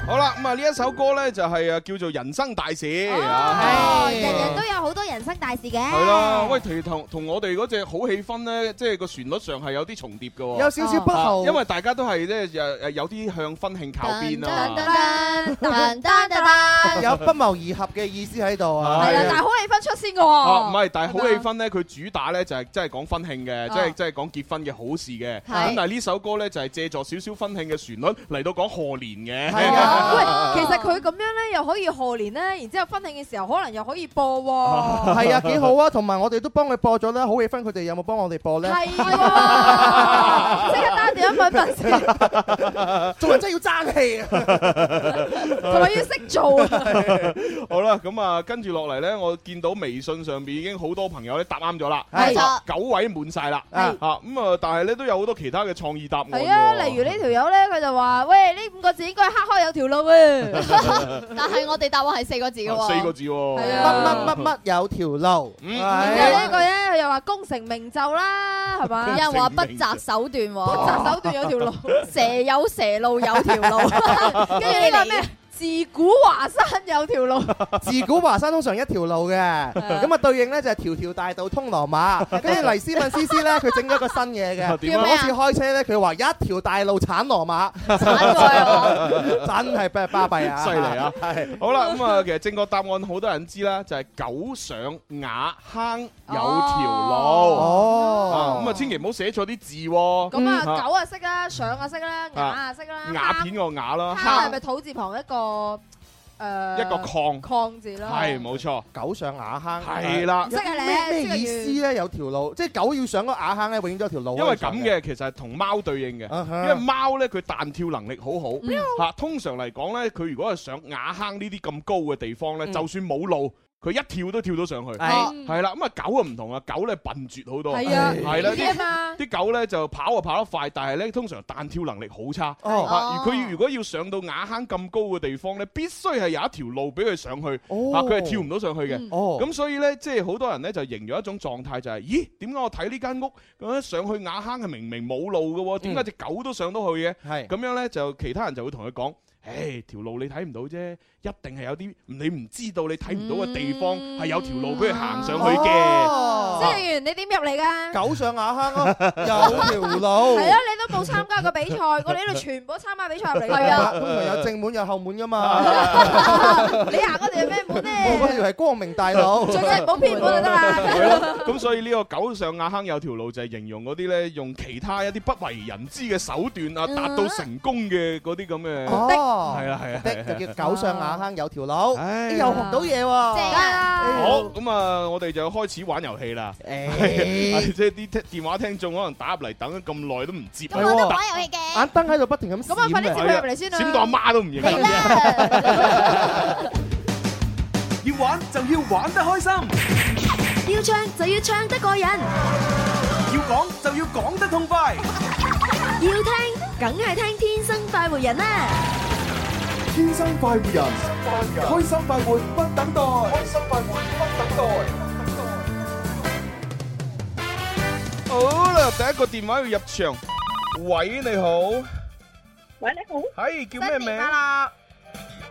好啦，咁啊呢一首歌咧就係啊叫做人生大事啊哦，。人人都有好多人生大事嘅。系啦，喂，其實同同我哋嗰只好氣氛咧，即係個旋律上係有啲重疊嘅喎，有少少不啊後因為大家都係咧誒誒有啲向婚慶靠邊啊嘛。噔噔噔噔有不謀而合嘅意思喺度啊。係啦，但係好氣氛出先嘅哦，唔喎。係，但係好氣氛咧，佢主打咧就係真係講婚慶哦嘅，即係即係講結婚嘅好事嘅。係咁但係呢首歌咧就係借助少少婚慶嘅旋律嚟到講賀年嘅。 喂，其實佢咁樣咧，又可以賀年咧，然之後婚慶嘅時候可能又可以播 喎。係啊，幾好啊！同埋我哋都幫佢播咗啦，好氣氛佢哋有冇幫我哋播咧？係喎， 即刻打電話問 問先，做人真係要爭氣啊！同埋要識做啊！好啦，咁啊，跟住落嚟咧，我見到微信上邊已經好多朋友咧答啱咗啦，係啊九位滿晒啦，係啊咁啊，但係咧都有好多其他嘅創意答案係啊，喎例如呢條友咧，佢就話：喂，呢五個字應該係黑開有 條路啊！但係我哋答案係四個字嘅啊四個喎。字喎，乜乜乜乜有條路，嗯然之後呢一係個咧，佢又話功成名就啦， 係嘛？有人話不擇手段喎，不擇手段有條路，蛇有蛇路有條 路，跟住呢個咩？自古華山有條路，自古華山通常一條路嘅，咁啊對應咧就係條條大道通 羅馬。跟住黎思敏思思咧，佢整咗個新嘢嘅，點啊嗰次開車咧，佢話一條大路剷羅馬，啊 真係不巴閉啊！犀利啊！係好啦，咁啊，其實正確答案好多人知啦，就係狗上瓦坑有條路。哦啊，咁啊，千祈唔好寫錯啲字喎。咁啊狗啊識啦，上啊識啦，牙啊識啦，瓦片個瓦啦，坑係咪土字旁一個誒一個礦礦字啦？係冇錯，狗上瓦坑係啦。識啊你咩識啊咩意思咧？有條路，即係狗要上嗰個瓦坑咧，永遠都有條路。啊因為咁嘅其實係同貓對應嘅，Uh-huh 因為貓咧佢彈跳能力好嗯好嚇。通常嚟講咧，佢如果係上瓦坑呢啲咁高嘅地方嗯咧，就算冇路。佢一跳都跳到上去，哦係係啦。咁啊，狗啊唔同啊，狗咧笨拙好多，係啊係 啦，呢啲啊嘛啲啲狗咧就跑啊跑得快，但係咧通常彈跳能力好差。哦啊而佢如果要上到瓦坑咁高嘅地方咧，必須係有一條路俾佢上去，哦啊，佢係跳唔到上去嗯嘅。哦咁所以咧，即係好多人咧就形容一種狀態就係，咦？點解我睇呢間屋咁樣上去瓦坑係明明冇路嘅喎？點解嗯只狗都上到去嘅？係咁樣咧，就其他人就會同佢講。誒條路你睇唔到啫，一定係有啲你唔知道你睇唔到嘅地方係有條路俾佢行上去嘅。Ờ. 即係員，你點入嚟㗎？狗上瓦坑 咯，有條路。係啊，你都冇參加過比賽，我哋呢度全部都參加比賽入嚟㗎。通常有正門有後門噶嘛。你行嗰條係咩門咧？我嗰條係光明大路。最緊要唔好偏門就得啦。係咯，咁所以呢個狗上瓦坑有條路就係形容嗰啲咧用其他一啲不為人知嘅手段啊，達到成功嘅嗰啲咁嘅，哦係啦係啦，的係就啦叫狗上瓦坑有條路，你又學到嘢喎。正啊好，咁啊，我哋就開始玩遊戲啦。 係即係啲聽電話聽眾可能打入嚟等咗咁耐都唔接啊，咁我都玩打遊戲嘅。眼燈喺度不停咁閃。咁啊，快 啲接佢入嚟先啊閃到阿媽都唔認得係 要玩就要玩得開心，要唱就要唱得過癮，要講就要講得痛快。要聽，梗係聽天生快活人啦！天生快活人，開心快活不等待，開心快活不等待。好啦，第一個電話要入場。喂，你好，喂，你好。係叫咩名？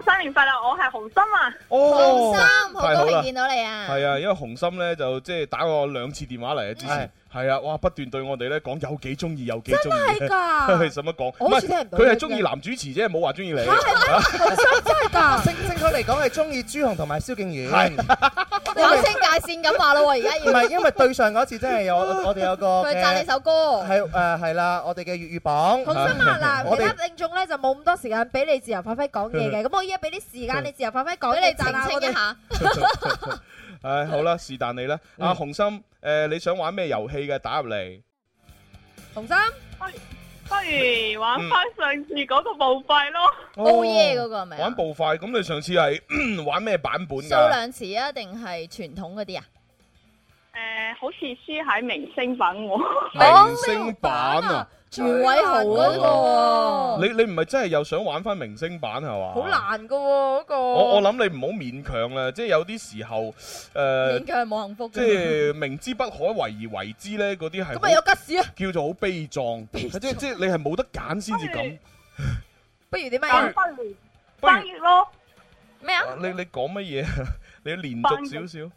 新年快樂，我係紅心啊。哦紅心，太好啦到你啊係啊，因為紅心咧就即係打過兩次電話嚟啊，à, 之前係啊，哇不斷對我哋咧講有幾中意，有幾中意，真係 㗎使乜講？我好似唔係聽唔到佢係你中意男主持啫，冇話中意你。 正正確嚟講係中意朱紅同埋蕭敬遠。劃清界線咁話咯喎，而家要唔係因為對上嗰次真係有我我哋有個佢讚你首歌。係誒係啦，我哋嘅粵語榜。紅 Ờ. 心 à? 啊嗱，我其哋他聽眾咧就冇咁多時間俾你自由發揮講嘢嘅，咁我依家俾啲時間你自由發揮講嘢，俾你澄清一下。 唉，好啦，是但你啦。啊阿紅心，誒呃你想玩咩遊戲嘅？打入嚟。紅心，不如玩翻上次嗰個冇費咯。煲耶哦嗰個係咪啊？玩步快，咁你上次係 玩咩版本㗎？數量詞啊，定係傳統嗰啲啊？誒，好似輸喺明星版我。明星哦版啊！袁偉豪嗰個你你唔係真係又想玩翻明星版係嘛？哦好難噶喎，嗰個。我我諗你唔好勉強啦，即係有啲時候勉誒，強係冇幸福即嘅。係明知不可為而為之咧，嗰啲係咁咪有吉屎啊！叫做好悲 壯，即係即係你係冇得揀先至咁。不如點啊啊？不如不如翻譯咯。咩啊？你你講乜嘢 啊？你要連翻續譯少少。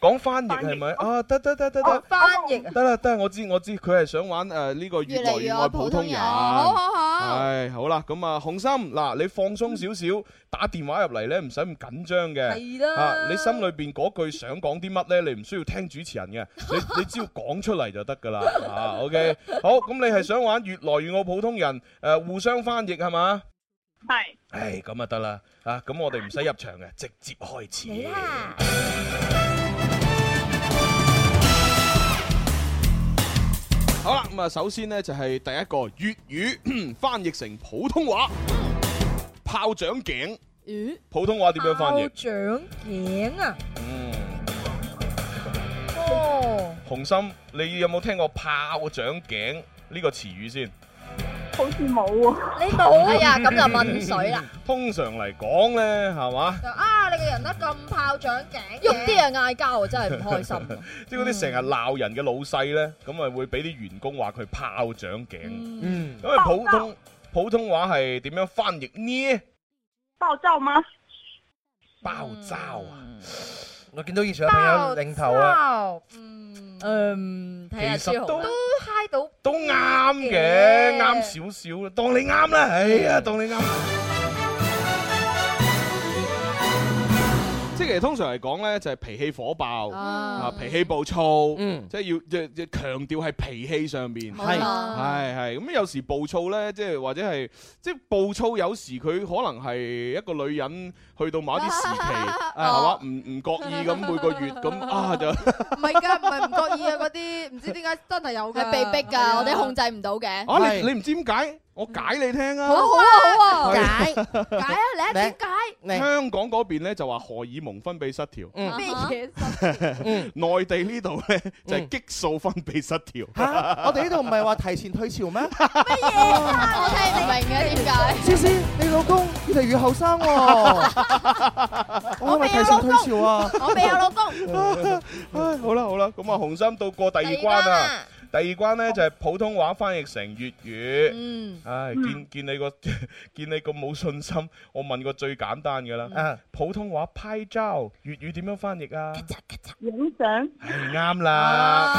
講翻譯係咪啊？得得得得哦得，翻譯啊得啦得啦，我知我知，佢係想玩誒呢個越來越愛普通人。好好好係好啦，咁啊，紅心嗱，你放鬆少少，打電話入嚟咧，唔使咁緊張嘅。係啦啊，你心裏邊嗰句想講啲乜咧，你唔需要聽主持人嘅， 你你只要講出嚟就得㗎啦。啊，OK，好，咁你係想玩越來越愛普通人誒互相翻譯係嘛？係。唉，咁啊得啦，啊，咁我哋唔使入場嘅， 直接開始。好啦，咁啊，首先呢，就係第一個粵語翻譯成普通話，炮仗頸，咦？普通話點樣翻譯？長頸啊！嗯，哦，紅心，你有冇聽過炮仗頸呢個詞語先？好似冇喎。你冇哎呀，咁就問水啦。。通常嚟講呢，係嘛？就啊，你個人得咁炮仗頸，喐啲啊嗌交，我真係唔開心。 即係嗰啲成日鬧人嘅老細呢，咁啊會俾啲員工話佢炮仗頸。嗯，因為普通普通話係點樣翻譯呢？爆照嗎？爆炸啊！我見到現場嘅朋友領頭啊，嗯，睇下其實朱紅都都嗨到都啱嘅，啱少少啦，當你啱啦，哎呀，當你啱。即係其實通常嚟講咧，就係脾氣火爆啊，脾氣暴躁，即係要即即強調係脾氣上面，啊係係啦係咁有時暴躁咧，即係或者係即係暴躁，有時佢可能係一個女人去到某一啲時 期，係嘛，唔唔覺意咁每個月咁啊 就。唔係㗎，唔係唔覺意啊，嗰啲唔知點解真係有㗎，係被逼㗎 Ờ. 啊我哋控制唔到嘅啊！你你唔知點解？我解你聽啊！好啊好啊好啊係解啊，你一點解？香港嗰邊咧就話荷爾蒙分泌失調，Uh-huh. 咩 嘢？內地呢度咧就係激素分泌失調。嚇我哋呢度唔係話提前退潮咩？我聽唔明嘅點解？思思，你老公越嚟越後生喎，我係咪提前退潮啊？我未有老公。唉，好啦好啦，咁啊，紅心到嗯過第二 關啊！第二關咧就係普通話翻譯成粵語。嗯，唉，見見你個 見你咁冇信心，我問個最簡單嘅啦。啊普通話拍照，粵語點樣翻譯啊？影相。係啱啦。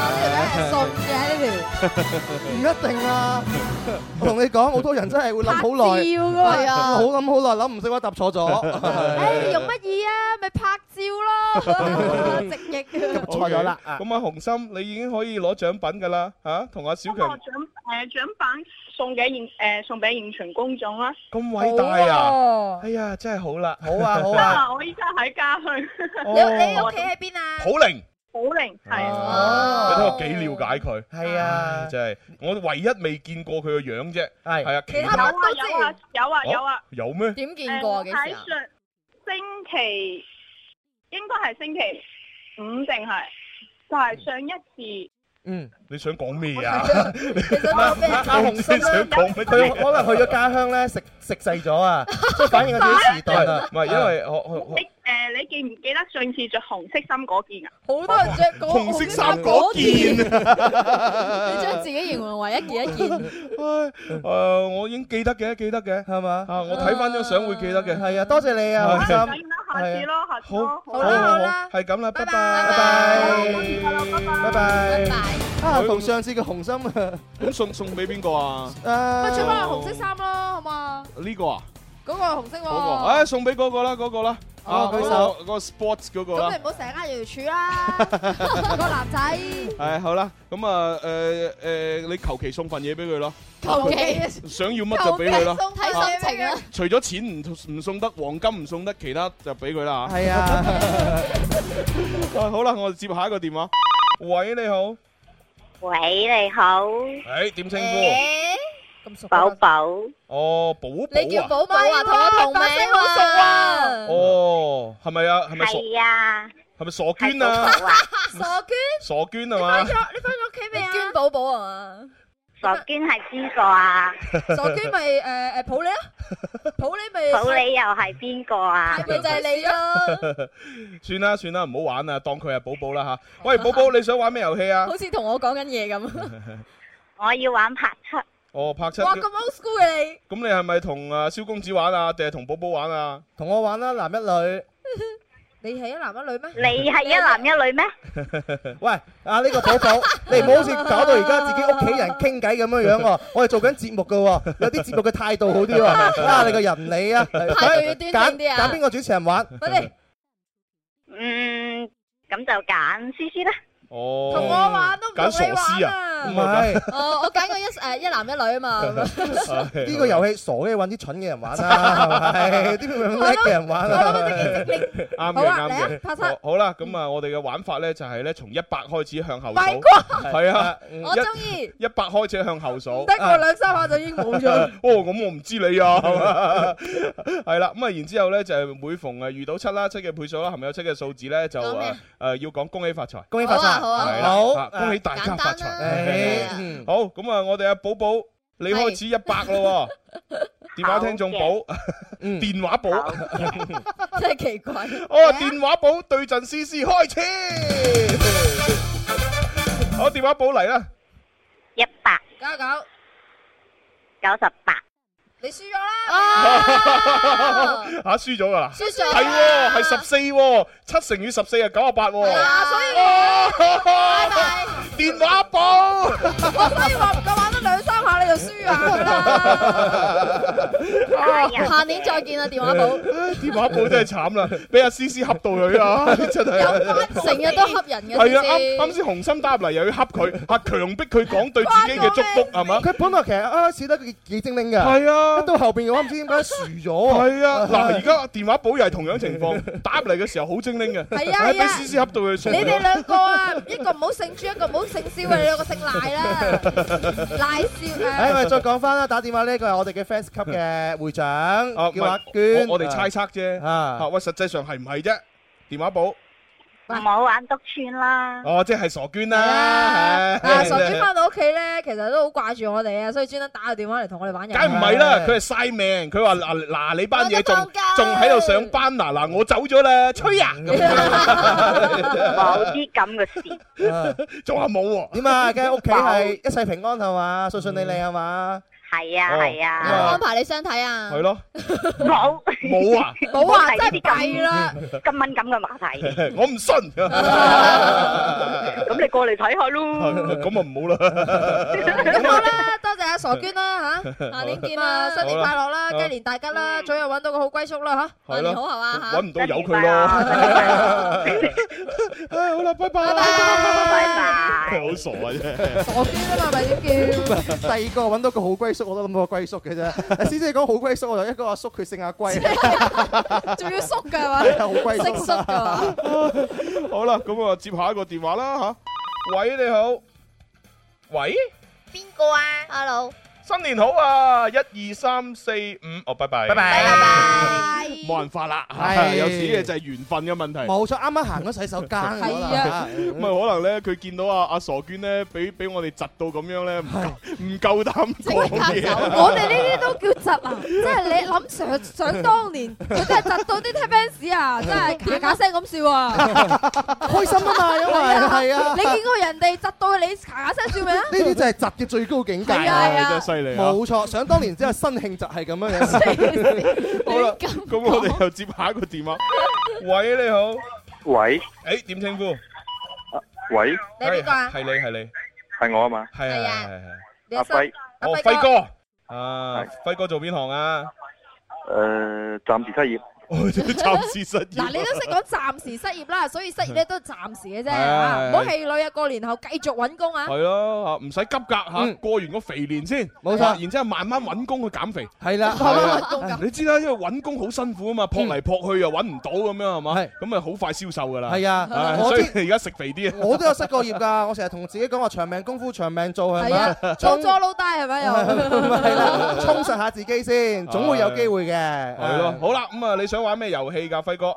唔一定啊！我同你講，好多人真係會諗好耐，拍照㗎嘛係啊好諗好耐，諗唔識嘅話答錯哎唉，咗。用乜嘢啊？咪拍照 咯，直譯。錯咗啦 OK，咁啊，紅心，你已經可以攞獎品㗎啦，嚇，同阿小咁我強獎誒獎品送俾現誒送俾現場觀眾啦。咁偉大啊！哎呀，真係好啦，好啊因為！我依家喺家 去。你你屋企喺邊啊？哦好靈，寶靈係 Ờ. Ờ. 哦你睇我幾了解佢，係啊唉，真係我唯一未見過佢個樣啫，係係啊，有啊有啊有啊有啊哦。有咩？點啊誒我睇上星期應該係星期五定係就係上一次嗯，你想講咩 啊？ 啊阿紅先想講乜嘢佢可能去咗家鄉咧，食食細咗啊，所以反應我自己時代啦。唔係因為我我我你誒，你記唔記得上次着紅色衫嗰件啊？好多人着嗰紅色衫嗰件，你將自己形容為一件一件。誒，我已經記得嘅，記得嘅，係嘛？啊，我睇翻張相會記得嘅。係啊，多謝你啊，係開心。下次咯，下次咯，好啦好啦，係咁啦，拜拜，拜拜，啊，同上次嘅紅心啊，咁送送俾邊個啊？咪着翻紅色衫咯，好嘛？呢個啊？嗰個紅色喎。嗰個，誒送俾嗰個啦，嗰個啦。啊哦舉手嗰個 sports 嗰個咁你啦唔。好成日呃條柱啦，個 男仔。係好啦，咁啊誒誒，你求其送份嘢俾佢咯。求其想要乜就俾佢咯。啊睇心情啦。除咗錢唔唔送得，黃金唔送得，其他就俾佢啦嚇。係啊。啊好啦，我接下一個電話。喂，你好。喂，你好。誒點稱呼？寶寶。呼？哦，寶寶你叫啊。寶寶啊，同我同名 à. 啊。哦，係咪啊？係咪傻？係啊。係咪傻娟啊？ 傻娟。傻娟係嘛？ 你翻咗屋企未啊？娟寶寶 à. 啊。傻娟係邊個啊？傻娟咪誒誒抱你咯，抱你咪寶你又係邊個 à. 啊？咪就係你咯，算啦算啦，唔好玩啦，當佢係寶寶啦吓。喂，寶寶，你想玩咩遊戲啊？似同我講緊嘢咁。我要玩拍七。哦，拍七。哇咁 old school 嘅你。你係咪同啊蕭公子玩啊？定係同寶寶玩啊？同我玩啦，男一女。 你係一男一女咩？你係一男一女咩？喂，啊呢個寶寶，你唔好好似搞到而家自己屋企人傾偈咁樣樣喎，我哋做緊節目㗎喎，有啲節目嘅態度好啲 喎，啊你個人理啊，態度要揀端正啲啊揀邊個主持人玩？嗯，咁就揀思思啦。哦，同我玩都唔同揀傻你玩師啊！啊唔係哦，我揀個一誒一男一女啊嘛。 呢個遊戲傻嘅揾啲蠢嘅人玩啦，係啲叻嘅人玩啦。啱好嘅，啊啱嚟啊嘅。拍七好好啦，咁啊，我哋嘅玩法咧就係咧，從一百開始向後數。咪瓜係啊，我中意。一百開始向後數。得個兩三下就已經冇咗。哦，咁我唔知你啊， 係啦，咁啊，然之後咧就係每逢誒啊遇到七啦、七嘅倍數啦，含有七嘅數字咧就誒誒要講恭喜發財，恭喜發財好啊好啊係好啦，啊恭喜大家發財。係好，咁啊，我哋阿寶寶，你開始一百咯喎，電話聽眾寶，嗯電話寶，真係奇怪。 哦，電話寶對陣 C C 開始，好，電話寶嚟啦，一百九十九，九十八。你輸咗啦。吓輸啊咗噶啦，啊輸咗係喎，係十四喎，七乘以十四係九十八喎。啊，所以電話簿， 我所以話唔夠玩得兩三下你就輸啊㗎啦。 下年再見啦，電話 簿。電話簿真係慘啦，俾阿思思恰到佢啊！ 真係，成日都恰人嘅。係啊，先啱至啱先紅心打入嚟又要恰佢，嚇強迫佢講對自己嘅祝福係嘛？佢本來其實啱啱試得幾幾精靈㗎，係啊，到後邊嘅話唔知點解輸咗啊。係啊， 嗱，而家電話簿又係同樣情 況，打入嚟嘅時候好精靈嘅，係啊係啊俾思思恰到佢傻咗。你哋兩個啊，一個唔好姓朱，一個唔好姓蕭啊，你兩個姓賴啦，賴少啊。誒，我哋再講翻啦，打電話呢個係我哋嘅 fans 級嘅會長，啊，唔叫阿係娟。我我哋猜測啫，啊，喂，實際上係唔係啫？電話簿，唔好玩督穿啦。哦，即係傻娟啦，係啊，傻娟翻到屋企咧，其實都好掛住我哋啊，所以專登打個電話嚟同我哋玩遊戲。梗唔係啦，佢係嘥命，佢話嗱嗱你班嘢仲仲喺度上班嗱嗱我走咗啦，吹啊咁樣，冇啲咁嘅事。 仲話冇喎，點啊？梗係屋企係一世平安係嘛，順順利利係嘛？係 à, 啊 Ờ. 哦 係啊。咁啊安排你相睇啊。係咯，冇冇 啊冇啊冇提呢啲咁真係弊啦，咁敏感嘅 Ờ, 話題。我唔 信， 咁你過嚟睇下咯。咁啊唔好 啦，咁好啦，多謝阿傻娟 啦吓，下年見啦，新年快樂啦，好啦雞年大吉啦，早日揾到個好歸宿啦吓，係下咯年好後啊吓。揾唔到由佢咯， 唉好啦，拜拜，好傻啊啫。傻娟啊嘛，咪點叫？第二個揾到個好歸宿，我都諗到個歸宿 嘅啫。先姐講好歸宿，我就一個阿叔佢姓阿 龜，仲要縮㗎係嘛係啊好歸宿，識縮㗎嘛好啦，咁啊接下一個電話啦吓，喂你好，喂。邊個啊？Hello，新年好啊！一二三四五，哦，拜拜，拜拜拜拜。冇辦法啦，係有時嘢就係緣分嘅問題。冇錯，啱啱行咗洗手間。係唔係可能咧，佢見到啊阿阿傻娟咧，俾俾我哋窒到咁樣咧，唔夠唔夠膽講嘢。我哋呢啲都叫窒啊！即係你諗想 Ừ. 想當年，佢真係窒到啲 fans 啊，真係咔咔聲咁笑啊！開心啊嘛，因為係啊你見過人哋窒到你咔咔聲笑未啊？呢啲就係窒嘅最高境界係啊係啊真係犀利啊冇錯，想當年之後 新慶就係咁樣樣。 好啦，咁我哋又接下一個電話。喂，你好。喂誒，點稱呼？喂，你邊個啊？係你係你係我啊嘛，係係係係。阿輝，哦，輝哥。啊，輝哥做邊行啊？ 誒，暫時失業，暫時失嗱，你都識講暫時失業啦，所以失業咧都係暫時嘅啫，係係啊唔好係氣餒啊！過年後繼續揾工啊！係咯，啊唔使急㗎嚇，過完個肥年先，冇錯啊然之後慢慢揾工去減肥。係啦係啊慢慢揾工㗎你知啦，因為揾工好辛苦啊嘛，撲嚟撲去又揾唔到咁樣係嘛，咁咪好快消瘦㗎啦。係啊唉我所以知而家食肥啲啊。我都有失過業㗎，我成日同自己講話長命功夫長命做係係咪啊？，做咗老大係 咪又？係啦，充實下自己先，總會有機會嘅。係咯，好啦，咁啊，你想玩咩遊戲㗎，輝哥？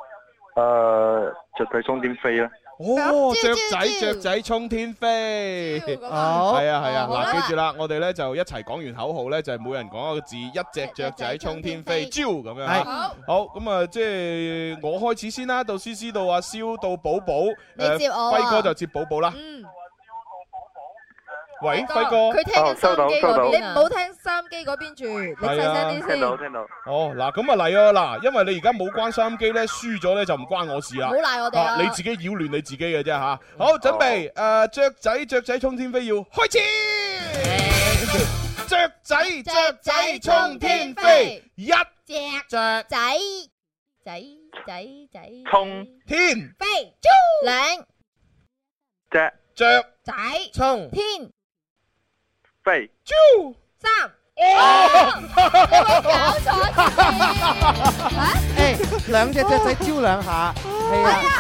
誒，雀仔衝天飛啦，哦，雀仔雀仔衝天飛，係好啊係啊，好啦嗱記住啦，我哋咧就一齊講完口號咧，就係每人講一個字，一隻雀仔衝天飛，招咁樣嚇係好咁啊，即係我開始先啦，到思思到阿蕭到寶寶，你接我啊輝哥就接寶寶嗯啦。喂，輝哥，佢聽緊收音機嗰邊，你唔好好。聽收音機嗰邊住，你細係啊聲啲先。聽到哦，嗱咁啊嚟啊，嗱，因為你而家冇關收音機咧，輸咗咧就唔關我事啦。唔好賴我哋啊你自己擾亂你自己嘅啫吓。好，準備誒，雀仔雀仔衝天飛要 開始。雀仔雀仔衝天飛，一只雀仔仔仔仔衝天飛，兩隻雀仔衝天飛，三。 誒，兩隻雀仔招兩下，係啊，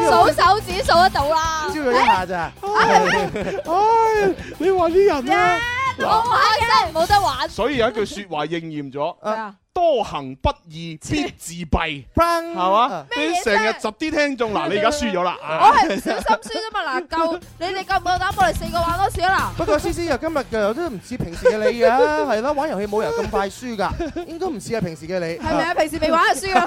招數手指數得到啦，招咗一下咋。唉，你話啲人啊，好開心，冇得玩。所以有一句説話應驗啊咗，多行不義必自斃，係嘛？嗯咩你嘢啫哦成日集啲聽眾，嗱，你而家輸咗啦。啊我係唔小心輸啫嘛，嗱，夠你哋夠唔夠膽我哋四個玩多次啊？不過思思又今日嘅都唔似平時 嘅你啊，係啦，玩遊戲冇人咁快輸㗎，應該唔似係平時嘅你。嗱，係咪啊？平時未玩就輸啦，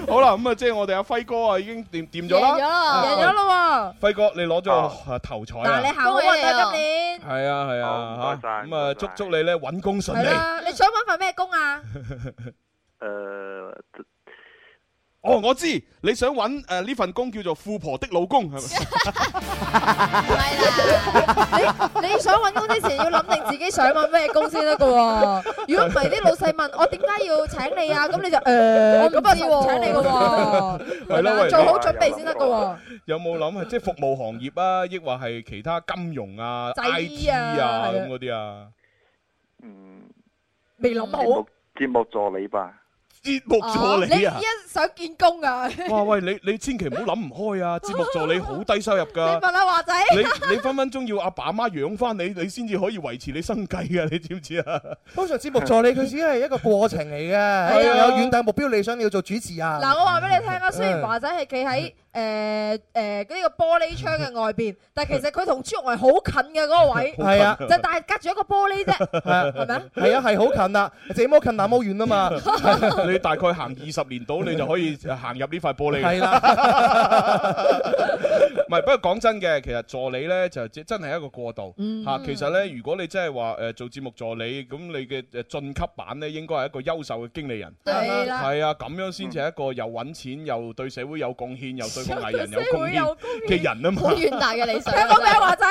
好啦，咁啊，即係我哋阿輝哥啊，已經掂掂咗贏咗啦，啦，贏咗啦輝哥，你攞咗個啊頭彩喎！嗱，你啊！行好運啊，今年係啊係啊嚇，咁啊祝祝你咧揾工順係利。啦，你想揾份咩工啊？誒，哦，我知你想揾誒呢份工叫做富婆的老公係咪？你你想揾工之前要諗定自己想揾咩工先得噶喎。如果唔係啲老細問我點解要請你啊，咁你就誒我唔咁啊知就喎唔請你噶喎。係咯，喂，做好準備先得噶喎。有冇諗係即係服務行業啊，抑或係其他金融啊、製 I 衣 T 啊啊係啊咁嗰啲啊？未諗節目節目助理吧，節目助理啊你！一想見工啊？哇喂，你你千祈唔好諗唔開啊！節目助理好低收入㗎。問下華仔，你你分分鐘要阿爸媽養翻你，你先至可以維持你生計㗎，你知唔知啊？通常節目助理佢只係一個過程嚟嘅，啊有遠大目標理想要做主持人。嗱，我話俾你聽啊，雖嗯然華仔係企喺誒誒呢個玻璃窗嘅外邊，但係其實佢同朱紅係好近嘅嗰個位，係啊就嗯但係隔住一個玻璃啫，係咪啊？係啊，係好近啊，這麼近那麼遠 啊嘛。 你大概行二十年到，你就可以行入呢塊玻璃。係啦， 唔係，不過講真嘅，其實助理呢就即真係一個過渡嗯嚇。其實呢，如果你真係話誒做節目助理，咁你嘅誒晉級版呢應該係一個優秀嘅經理人。對啦係啊，咁樣先至係一個又揾錢又對社會有貢獻，又 對個藝人有對社會貢有獻嘅人啊嘛。好遠大嘅理想。聽講咩華仔？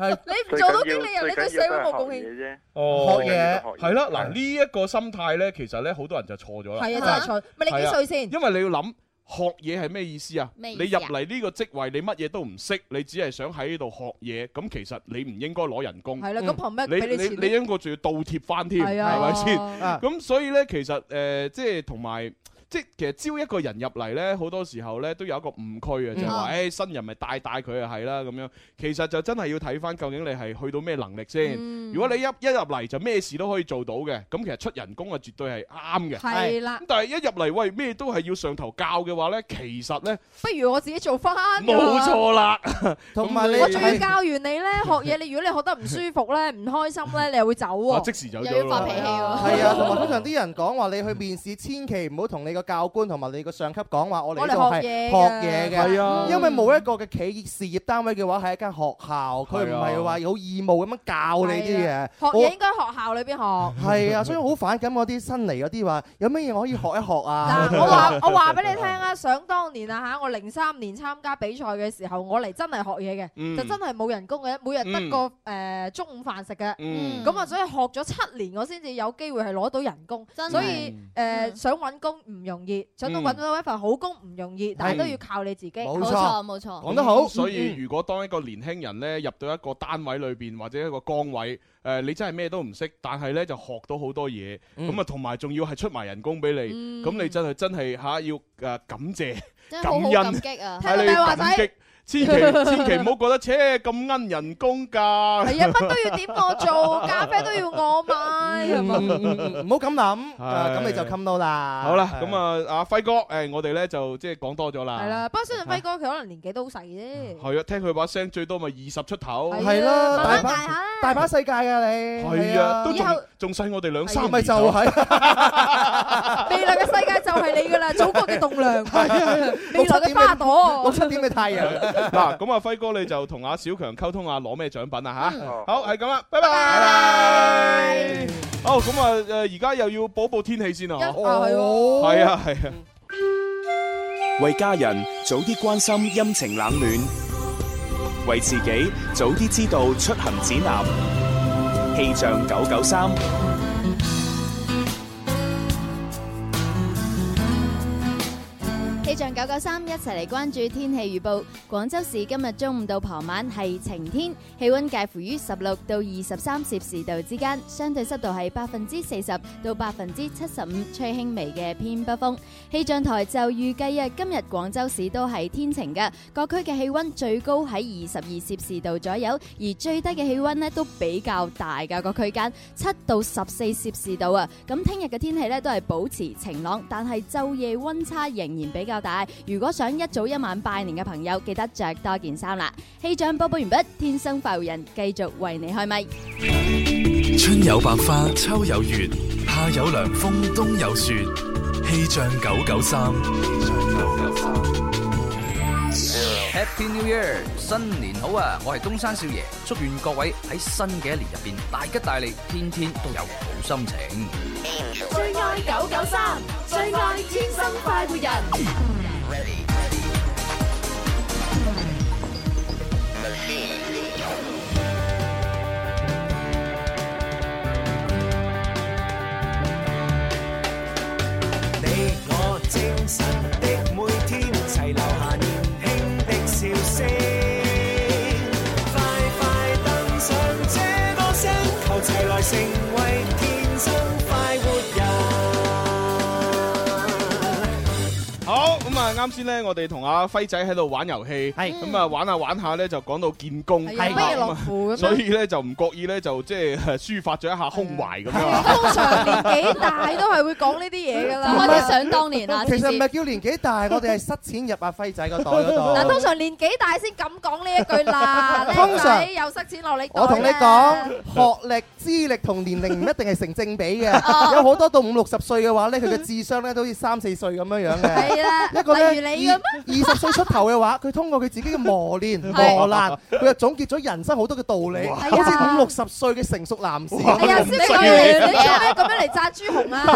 你唔做到經理人，你對社會冇貢獻。獻。哦，學嘢係啦，嗱呢一個心態呢，其實呢好多人就錯咗啦。係啊，真係錯。咪你幾歲先？因為你要諗學嘢係咩意思啊？咩意你思啊入嚟呢個職位，你乜嘢都唔識，你只係想喺呢度學嘢，咁其實你唔應該攞人工。係啦咁憑咩俾你你你錢你應該仲要倒貼翻添，係係啊咪先？啊咁所以呢，其實誒，即係同埋。即係其實招一個人入嚟咧，好多時候咧都有一個誤區啊，就係話嗯誒新人咪帶帶佢啊係啦咁樣。其實就真係要睇翻究竟你係去到咩能力先。嗯如果你一一入嚟就咩事都可以做到嘅，咁其實出人工啊絕對係啱嘅。係啦咁但係一入嚟喂咩都係要上頭教嘅話咧，其實咧不如我自己做翻。啊冇錯。啦。同埋你我仲要教完你 咧學嘢，你如果你學得唔舒服咧、唔開心咧，你又會走啊喎。即時走咗又要發脾氣喎。係啊，同埋通常啲人講話，你去面試千祈唔好同你個教官同埋你個上級講話，我嚟呢度我嚟係學嘢學㗎嘢嘅，係啊因為冇一個嘅企業事業單位嘅話係一間學校，佢唔係話有義務咁樣教你啲嘢。學我嘢應該學校裏邊學。係啊，所以我好反感嗰啲新嚟嗰啲話，有咩嘢我可以學一學啊？嗱，我話我話俾你聽啊，想當年啊嚇，我零三年參加比賽嘅時候，我嚟真係學嘢嗯嘅，就真係冇人工嘅，每日得個誒中午飯食嘅。嗯咁啊，所以學咗七年，我先至有機會係攞到人工。真係所以嗯誒，想揾工唔容易，想到揾到一份好工唔容易，但係都要靠你自己。冇錯錯冇錯講所以如果當一個年輕人咧入到一個單位裏邊或者一個崗位，誒、你真係咩都唔識，但係咧就學到好多嘢，咁啊同埋仲要係出埋人工俾你，咁、你真係真係嚇、要誒、感謝真係好好恩感激啊係你聽到要咪話感激仔。千祈千祈唔好覺得，切咁奀人工㗎。 係啊，乜都要點我做，咖啡都要我買，係嘛？嗯唔好咁諗，啊咁你就冚到啦。好啦，咁啊，阿輝哥，誒，我哋咧就即係講多咗啦。係啦，不過相信輝哥佢可能年紀都好細啫。係啊，聽佢把聲最多咪二十出頭。係咯，大慢慢把大下啦大把世界㗎你。係啊，都以後仲仲細我哋兩三年。咪 就係未來嘅世界就係 你噶啦，祖國嘅棟梁，未來嘅花六朵。七點嘅太陽。 嗱，咁啊，輝哥你就同阿小強溝通下攞咩獎品啊吓。好，係咁啦，拜嗯拜。好，咁啊，誒，而家又要補報天氣先啊。啊係哦喎係啊，係啊。為家人早啲關心陰晴冷暖，為自己早啲知道出行指南。氣象九九三，氣象九九三一齊嚟關注天氣預報。廣州市今日中午到傍晚係晴天，氣温介乎於十六到二十三攝氏度之間，相對濕度係百分之四十到百分之七十五，吹輕微嘅偏北風。氣象台就預計啊，今日廣州市都係天晴嘅，各區嘅氣温最高喺二十二攝氏度左右，而最低嘅氣温呢都比較大㗎個區間，七到十四攝氏度啊。咁聽日嘅天氣呢都係保持晴朗，但係晝夜温差仍然比較大。如果想一早一晚拜年嘅朋友，記得着多件衫啦。氣象播報完畢，天生快活人繼續為你開咪。春有百花，秋有月，夏有涼風，冬有雪。氣象九九三， Happy New Year，新年好啊！我係東山少爺，祝願各位喺新嘅一年入邊大吉大利，天天都有好心情。最愛九九三，最愛天生快活人。你我精神的每天，齊留下年輕的笑聲。快快登上這歌聲，求齊來成為天生快活人。好，咁啊，啱先咧，我哋同阿輝仔喺度玩遊戲，係嗯咁啊，玩下玩下咧，就講到建功，係啊不如落符咁樣所以咧就唔覺意咧就即係抒發咗一下胸懷咁樣。啊通常年紀大都係會講呢啲嘢 噶啦，唔係開始想當年啊。其先實知唔係叫年紀大，我哋係塞錢入阿輝仔個袋嗰度。 嗱，通常年紀大先敢講呢一句啦。通通常常又塞錢落你袋我同你啦講，學歷、資歷同年齡唔一定係成正 比哦嘅，有好多到五六十歲嘅話咧，佢嘅智商咧都好似三四歲咁樣樣嘅。 係啦一個例如你咧咁二二十歲出頭嘅話，佢通過佢自己嘅磨練、磨難，佢就總結咗人生好多嘅道理，好似五六十歲嘅成熟男士。哎呀，先生，你做咩咁樣嚟扎朱紅啊？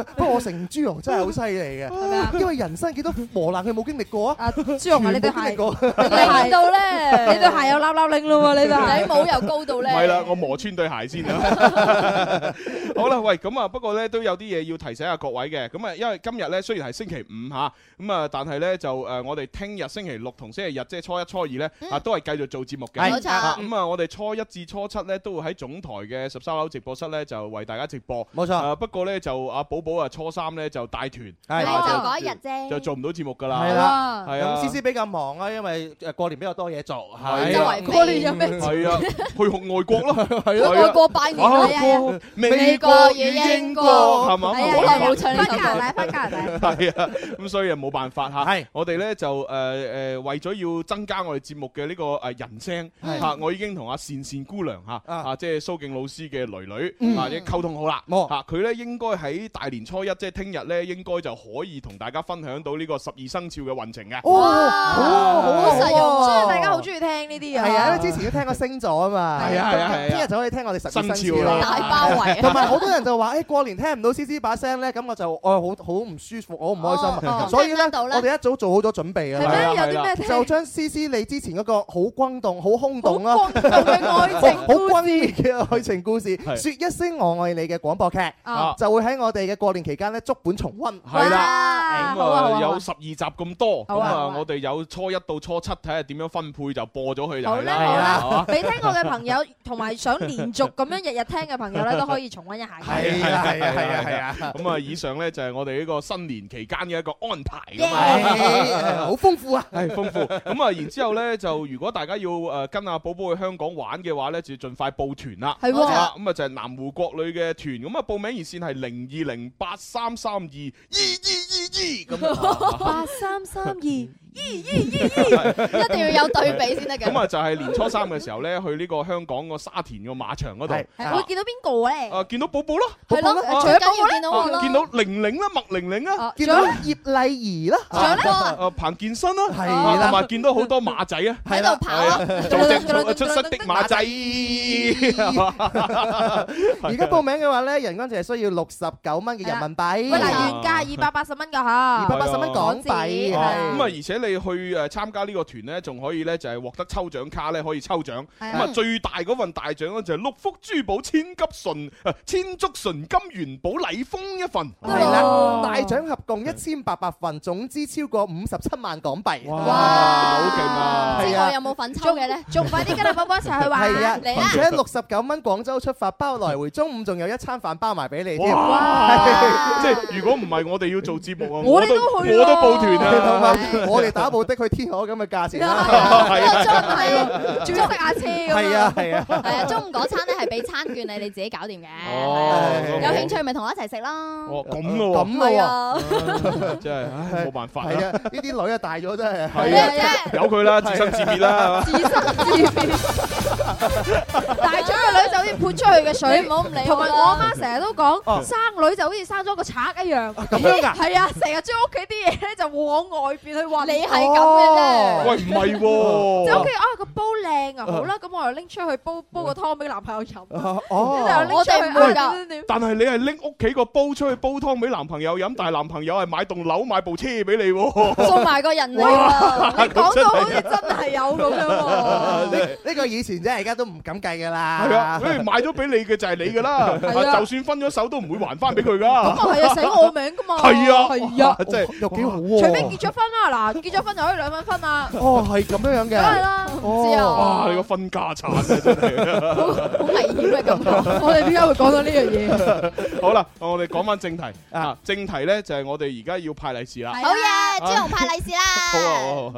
不過我成豬紅真係好犀利 啊嘅，因為人生幾多磨難佢冇經歷過啊！豬紅啊你對經歷鞋過令到咧，你對鞋有撈撈拎咯喎，你對鞋唔 係啦，我磨穿對鞋先啊！好啦，喂，咁啊，不過咧都有啲嘢要提醒下各位嘅。咁啊，因為今日咧雖然係星期五吓，咁啊，但係咧就誒，我哋聽日星期六同星期日，即係初一、初二咧嗯啊，都係繼續做節目嘅。係冇錯啊咁啊，我哋初一至初七咧都會喺總台嘅十三樓直播室咧就為大家直播。 冇啊錯。不過咧就阿寶寶啊，初三咧就帶團，係啊就嗰一日啫就做唔到節目㗎啦。係 à. 啦，係啊。咁思思比較忙啊，因為誒過年比較多嘢做，係啊係過年有咩做係 啊，去學外國咯，係啊外國拜年啊係啊啊美國與英國係嘛？係啊冇辦法好耐冇唱呢首歌翻加拿大，翻加拿大。係啊，咁所以冇辦法嚇。啊係，我哋咧就誒誒為咗要增加我哋節目嘅呢個誒人聲係嚇，我已經同阿善善姑娘嚇啊，即係蘇敬老師嘅女女嗯啊，已經溝通好啦。嚇，佢咧應該喺大年初一，即係聽日咧，應該就可以同大家分享到呢個十二生肖嘅運程嘅。哦好啊好啊好啊實用，所以大家好中意聽呢啲啊。係啊，因為之前都聽過星座啊嘛，係啊係啊係啊聽日就可以聽我哋十二生生肖啊肖啦啦，大包圍啊同埋好多人就話誒哎過年聽唔到思思把聲咧，咁我就我好好唔舒服，我唔開心哦啊哦，所以咧我哋一早做好咗準備啊，係咩有啲咩係啦聽就將思思你之前嗰個好轟動、好空洞啊啦，好愛情好轟烈嘅愛情故事，係説一聲我愛你嘅廣播劇啊，就會喺我哋嘅過年期間咧足本重温，係啦，咁啊好啊好啊啊有十二集咁多，好咁啊啊好我哋有初一到初七睇下點樣分配就播咗佢就係好啦啦，啊好係嘛啦，未聽過嘅朋友同埋想連續咁樣日日聽嘅朋友咧，都可以重温一下嘅。係啊係啊係啊係啊！咁啊，以上咧就係我哋呢個新年期間嘅一個安排咁係啊，好豐富啊，係豐富。咁啊，然之後咧就如果大家要誒跟阿寶寶去香港玩嘅話咧，就要盡快報團啦。係喎啊咁啊就係南湖國旅嘅團，咁啊報名熱線係零二零八三三二二二二二咁啊。八三三二，一定要有對比先得嘅咁啊，就係年初三嘅時候咧，去呢個香港個沙田個馬場嗰度。係會見到邊個咧？啊，見到寶寶咯，係咯寶寶誒最緊要見到我咯啊見到玲玲啦，麥玲玲 Ờ, 啦，見到葉麗儀啦，啊啊彭健新啦，係啊啦同埋見到好多馬仔啊，喺度跑啊，做只做出色的馬仔，而家報名嘅話咧，人工淨係需要六十九蚊嘅人民幣。喂，嗱，原價二百八十蚊噶吓， 280蚊港幣係啊啊咁啊，而且你去誒參加呢個團咧，仲可以咧就係獲得抽獎卡咧，可以抽獎。係咁啊啊，最大嗰份大獎咧就係六福珠寶千金純啊千足純金元寶禮封一份。係啦，大獎合共一千八百份，總之超過五十七萬港幣。哇，好勁啊！即係係我啊有冇份抽嘅咧？仲快啲跟阿寶寶一齊去玩係啊，嚟啦而且六十九蚊廣州出發，包來回，中午仲有一餐飯包埋俾你添。啊哇！即係如果唔係我哋要做節目啊，我哋都去我都報團同啊！埋我哋打部的去天河咁嘅價錢啦，係仲要識下車咁係啊係啊。係啊，中午嗰餐咧係俾餐券你，你自己搞掂嘅。哦係啊有興趣咪同我一齊食啦。哦，咁嘅喎，咁嘅喎係啊真係唉冇辦法係啊啦，，呢啲女啊大咗真係。係啊，由佢啦，自生自滅啦，係嘛大獎嘅女就好似潑出去嘅水，你唔好唔理我啦同埋我阿媽成日都講，哦生女就好似生咗個賊一樣。咁樣㗎係啊，成日將屋企啲嘢咧就往外邊去運。你係咁嘅啫 喂，唔係喎，就屋企啊個煲靚啊，好啦，咁我又拎出去煲煲個湯俾男朋友飲。哦跟住又我拎出去哋唔會㗎啊點點點但係你係拎屋企個煲出去煲湯俾男朋友飲，但係男朋友係買棟樓買部車俾你喎，送埋個人嚟哇喎，你講到好似真真係有咁樣喎呢呢個以前真係，而家都唔敢計㗎啦。係 啊，誒買咗俾你嘅就係你㗎啦，係啊啊就算分咗手都唔會還翻俾佢㗎。 咁啊係啊，寫我名㗎嘛。係啊，係啊，真係又幾好除喎。非結咗婚啦，嗱，結咗婚就可以兩蚊分啦。哦，係咁樣樣嘅。梗係啦，唔知啊，哇！你個分家產啊，真係 好危險嘅感覺。我哋點解會講到呢樣嘢？嘢。好啦，我哋講翻正題啊，正題咧就係我哋而家要派利是啊啦。好嘢，朱紅派利是啦。好啊，好啊好啊。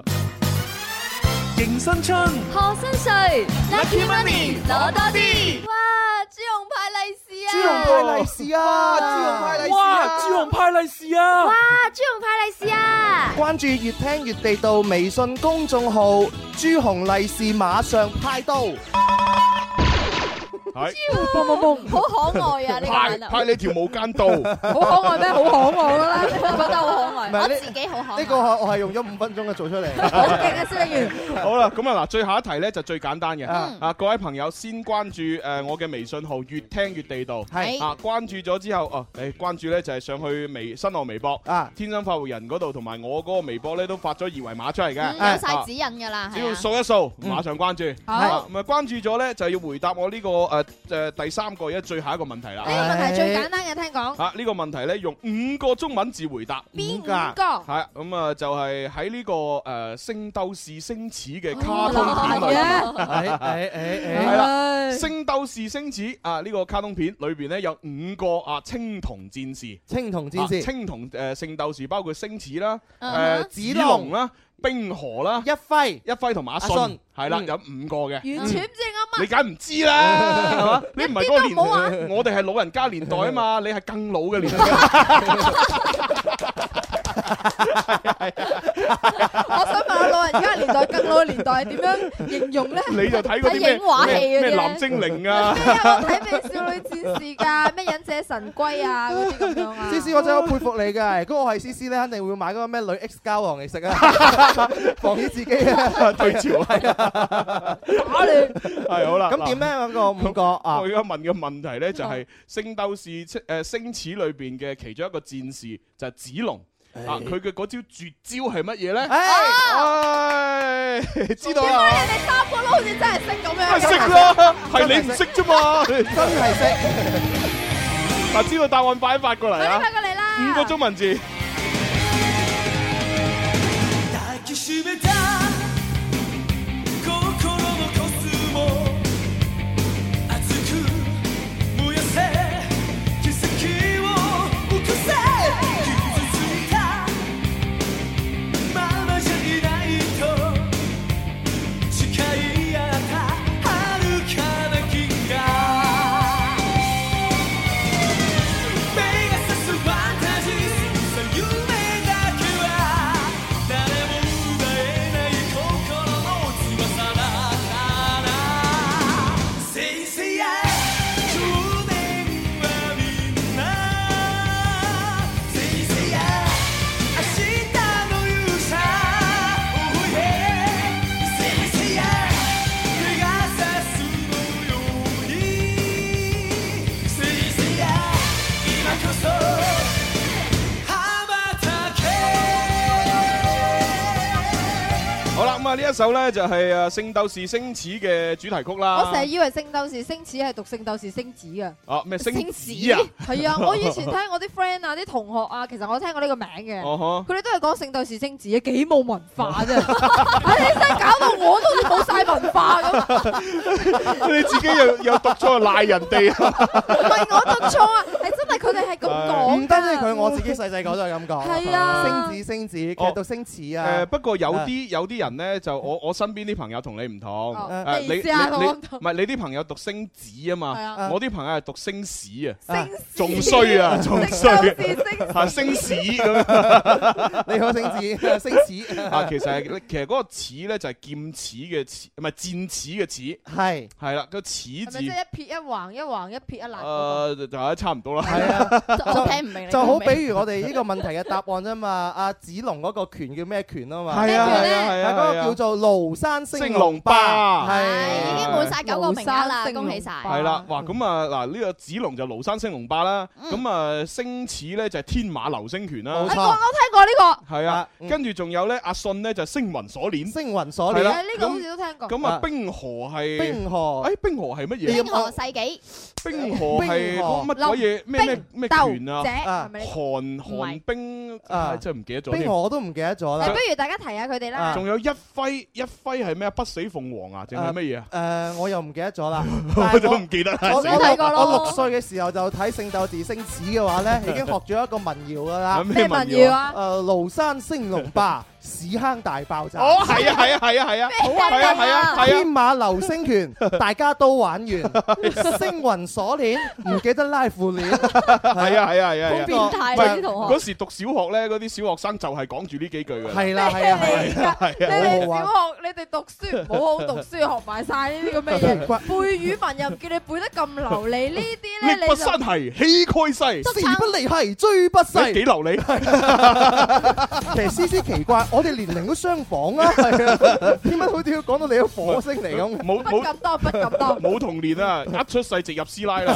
迎新春，賀新歲 Lucky Money，攞多啲哇，朱紅派利是啊！朱紅派利是啊朱紅派利是啊哇！朱紅派利是啊！哇，朱紅派利是啊！關注越聽越地道微信公眾號，朱紅利是馬上派到。啊係嘣嘣嘣，好可愛啊！呢個派玩偶派你條無間 道，好可愛咩？好可愛啦，我覺得好可愛，唔係我呢自己好可愛。呢個我係用咗五分鐘嘅做出嚟。 好勁啊，司令員！好啦，咁啊嗱，最後一題咧就最簡單嘅，嗯啊各位朋友先關注誒我嘅微信號，越聽越地道，係啊關注咗之後，哦誒關注咧就係上去微新浪微博 啊，天生發育人嗰度同埋我嗰個微博咧都發咗二維碼出嚟嗯嘅，有晒啊指引㗎啦，只係要啊。嗯掃一掃，馬上關注。好啊咁啊關注咗咧，就要回答我呢個誒誒誒第三個，而家最後一個問題啦。呢個問題最簡單嘅，聽講。嚇呢個問題咧，用五個中文字回答。邊五個五係咁啊，就係喺呢個誒《聖鬥士星矢》嘅卡哦通片裏係邊。嘅誒誒係啦，《聖鬥士星矢》啊呢個卡通片裏邊咧有五個啊青銅戰士。青銅戰士啊青銅誒聖鬥士包括星矢啦、嗯誒哼子龍啦、冰河啦、一輝、一輝同埋阿信阿信係啦，嗯有五個嘅。完全唔知啱乜。你梗唔知啦，係嘛？你唔係嗰個一啲都唔好年，玩我哋係老人家年代啊嘛，你係更老嘅年代。我想問下老人家年代更老嘅年代係點樣形容咧？你就睇嗰啲睇影畫戲嗰啲咩咩咧藍精 靈啊，睇咩少女戰士㗎？咩忍者神龜啊嗰啲咁樣啊？思思，我真係好佩服你㗎！如果我係思思咧，肯定會買嗰個咩女 X 膠 囊嚟食啊，防止自己啊退潮係啊，打你係好啦。咁點咧？嗰個 五個啊我而，家問嘅問題咧就嗯係《聖鬥士》誒星矢裏邊嘅其中一個戰士就係子龍。啊！佢嘅嗰招絕招係乜嘢咧？唉，知道啊點啊解啦，你哋三個都好似真係識咁樣嘅？梗係識啊啦，係你唔識啫嘛，真係識。嗱，知道答案快啲發過嚟快啲啊！快過嚟啦！五個中文字。抱きしめた心のコスモ熱く燃やせ奇跡を起こせ傷ついたままじゃいないと誓い合った遥かな銀河目が指すファンタジーさ夢だけは誰も奪えない心の翼だから先生や少年はみんな先生や明日の勇者おいえ先生や目が指すのように先生や今こそ羽ばたけ好啦，咁啊呢一首咧就係誒《聖鬥士星矢》嘅主題曲啦。我成日以為聖鬥士星矢係讀聖鬥士星矢嘅。啊咩星矢矢啊？係啊！我以前聽我啲 friend 啊、啲同學啊，其實我聽過呢個名嘅，哦呵佢哋都係講聖鬥士星矢，幾冇文化啫！ 唉你真係搞到我都好似冇晒文化咁，你自己又又讀錯，又賴 人哋啊！唔係我讀錯啊，係真係佢哋係咁唔講單止㗎。佢，我自己細細個都係咁講。係啊星子星子，其哦實到星矢誒啊。不過有啲有啲人咧就我我身邊啲朋友同你唔同，哦誒咩你意思啊你同我唔你同唔係你啲朋友讀星子啊係嘛 啊，我啲朋友係讀星矢啊星矢，仲衰啊，仲衰聖鬥士啊，星矢咁。你好星 子星矢啊，其實係其實嗰個矢咧就係劍矢嘅矢，唔係戰矢嘅矢，係係啦個矢係字咪。即係一撇一橫一橫一撇一捺？誒，就係差唔多啦。我聽唔明你就好講咩比如我哋呢個問題嘅答案啫嘛，阿子龍嗰個拳叫咩拳啊嘛？係啊咩拳呢係啊係啊嗰個係啊叫做廬山升升龍龍啊霸霸，係已經滿晒九個名額啦，恭喜晒！係啦，哇！咁啊，嗱呢個子龍就廬山升龍霸啦，嗯咁啊星矢咧就係天馬流星嗯拳啦哎，我我啊聽過呢個，係啊，跟住仲有咧阿信咧就星雲鎖鏈，星雲鎖係呢個好似都聽過。咁啊，冰河係冰河誒冰河係乜嘢？啊冰河世紀，冰河係嗰個乜鬼嘢咩咩咩拳啊？寒寒冰啊，真係唔記得咗添。冰河我都唔記得咗啦誒，。不如大家提下佢哋啦。仲有一輝一輝係咩啊？不死鳳凰啊，定係乜嘢 啊？誒，我又唔記得 咗啦。我都唔記得啦。我我死啦六我六歲嘅時候就睇《聖鬥士星矢》嘅話咧，已經學咗一個民謠噶啦。有咩民謠啊？誒，廬山升龍霸，屎坑大爆炸。哦，係啊，係啊，係啊，係啊，係啊，係啊，係天啊。馬流 星拳，大家都玩完。星雲鎖鏈，唔記得拉褲 鏈。係啊係啊係啊！好變態啦啲同學嗰時讀小學咧，嗰啲小學生就係講住呢幾句嘅。係啦係啊係啊你哋係小啊！學，你哋讀書唔好好讀書，學埋晒呢啲咁嘅 嘢，背語文又唔叫你背得咁流利，呢啲咧力你不就身係，氣蓋世，哎時不離係，追不哎你幾逝。流利？其實思思奇怪，我哋年齡都相 仿啊，哎係啊，點解好似要講到你嘅火星嚟咁？冇冇咁多，不咁多。冇童年啊！一出世直入師奶啦，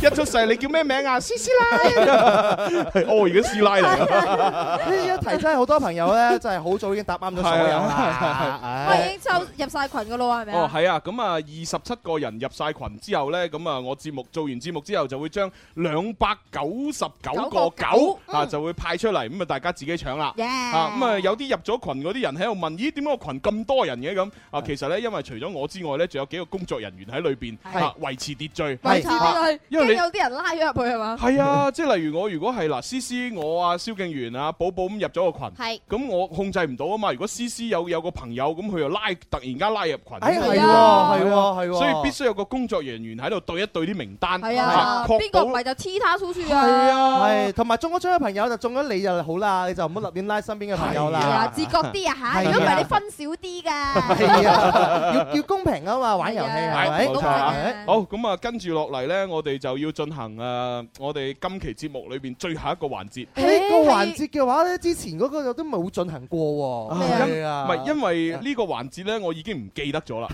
一出世你叫咩名啊？師師奶， 係哦，而家師奶嚟啊！呢一題真係好多朋友咧，真係好早已經答啱咗所有啊啦。哎我已經抽入晒群噶咯喎，係咪哦，啊？係啊，咁啊，二十七個人入晒群之後呢，咁啊，我節目做完節目之後就會將兩百九十九個九啊就會派出嚟，咁啊大家自己搶啦。嗯 Yeah Ờ, 啊，咁啊有啲入咗群嗰啲人喺度問，咦點解個群咁多人嘅咁？啊，其實呢，因為除咗我之外呢，仲有幾個工作人員喺裏邊係啊維持秩序，維持啊呢因為個，你驚有啲人拉咗入去係嘛？係啊，即係例如我如果係嗱，思思我啊，蕭敬元啊，寶寶咁入咗個群，係咁我控制唔到啊嘛。如果思思有有個朋友咁，佢又拉突然間拉入群，哎係喎係喎係喎啊所以必須有個工作人員喺度對一對啲名單，係啊，確邊個唔係就踢他出去啊？係，同埋中咗張嘅朋友就中咗你就好啦，你就唔好立亂拉身邊嘅朋友係啊啦，。自覺啲啊嚇，係啊如果唔係你分少啲 㗎。係啊，要要公平啊嘛，玩遊戲係咪？冇錯啊好，咁啊，跟住落嚟呢，我哋就要進行誒，我哋今期節目裏邊最後一個環節。呢啊個環節嘅話咧，之前嗰個都冇進行過喎。係啊唔係啊因為呢個環節呢，我已經唔記得咗啦。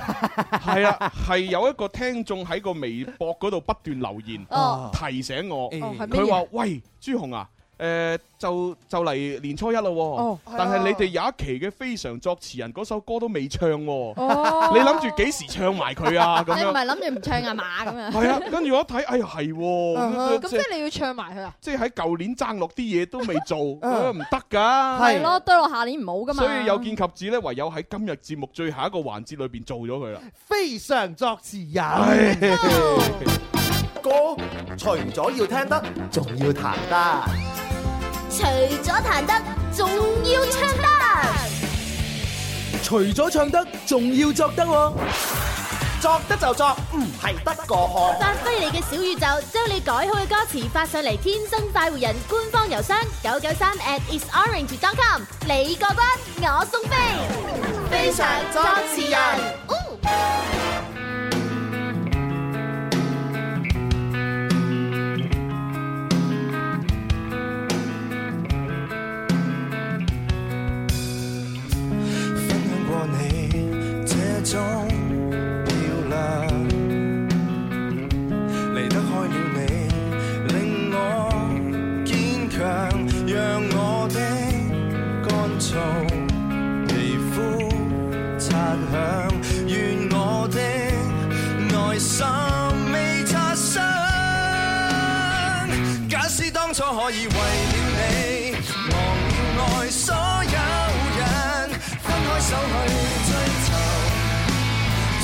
係啊，係有一個聽眾喺個微博嗰度不斷留言哦提醒我，嗯哦係乜嘢佢話：喂，朱紅啊！誒、就就嚟年初一啦喎，哦但係啊係你哋有一期嘅非常作詞人嗰首歌都未唱喎，哦 你諗住幾時唱埋佢啊？咁你唔樣係諗住唔唱啊嘛咁樣？係啊，跟住我一睇，哎呀係喎，咁即係係你要唱埋佢 啊？即係喺舊年爭落啲嘢都未做，咁唔得㗎，係咯，啊堆落下年唔好噶嘛。所以有見及此咧，唯有喺今日節目最後一個環節裏邊做咗佢啦。非常作詞人，歌除咗要聽得，仲要彈得。除咗彈得，仲要唱得。除咗唱得，仲要作得喎。作得就作，唔係得個學。發揮你嘅小宇宙，將你改好嘅歌詞發上嚟，天生快活人官方郵箱九九三 at isorange.com，你過關，我送飛，非常作詞人。分享過你這種漂亮，離得開了你，令我堅強，讓我的乾燥皮膚擦響，願我的內心未擦傷。假使當初可以為了你，忘了愛所有人，分開手去追求，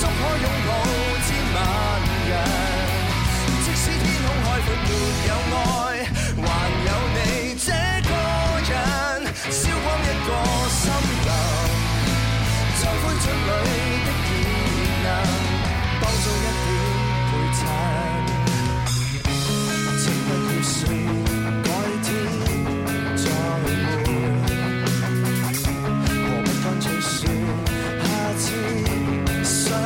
足可擁抱千萬人。即使天空海闊沒有愛，還有你這個人，燒光一個心流，將歡聚裏的熱能當做一點陪襯。情不要說，改天再會。何不乾脆說，下次相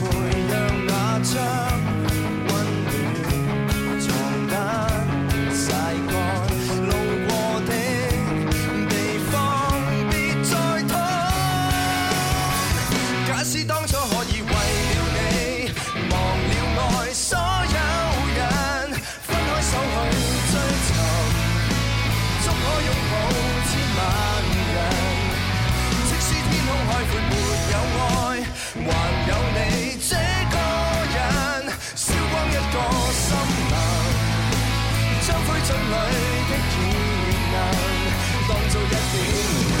會，讓那張溫暖床單曬乾，路過的地方別再拖。假使當初可以為了你，忘了愛所有人，分開手去追求，足可擁抱千萬人。即使天空海闊沒有愛，還有你這個人，燒光一個心流，將灰燼裏的熱能當做一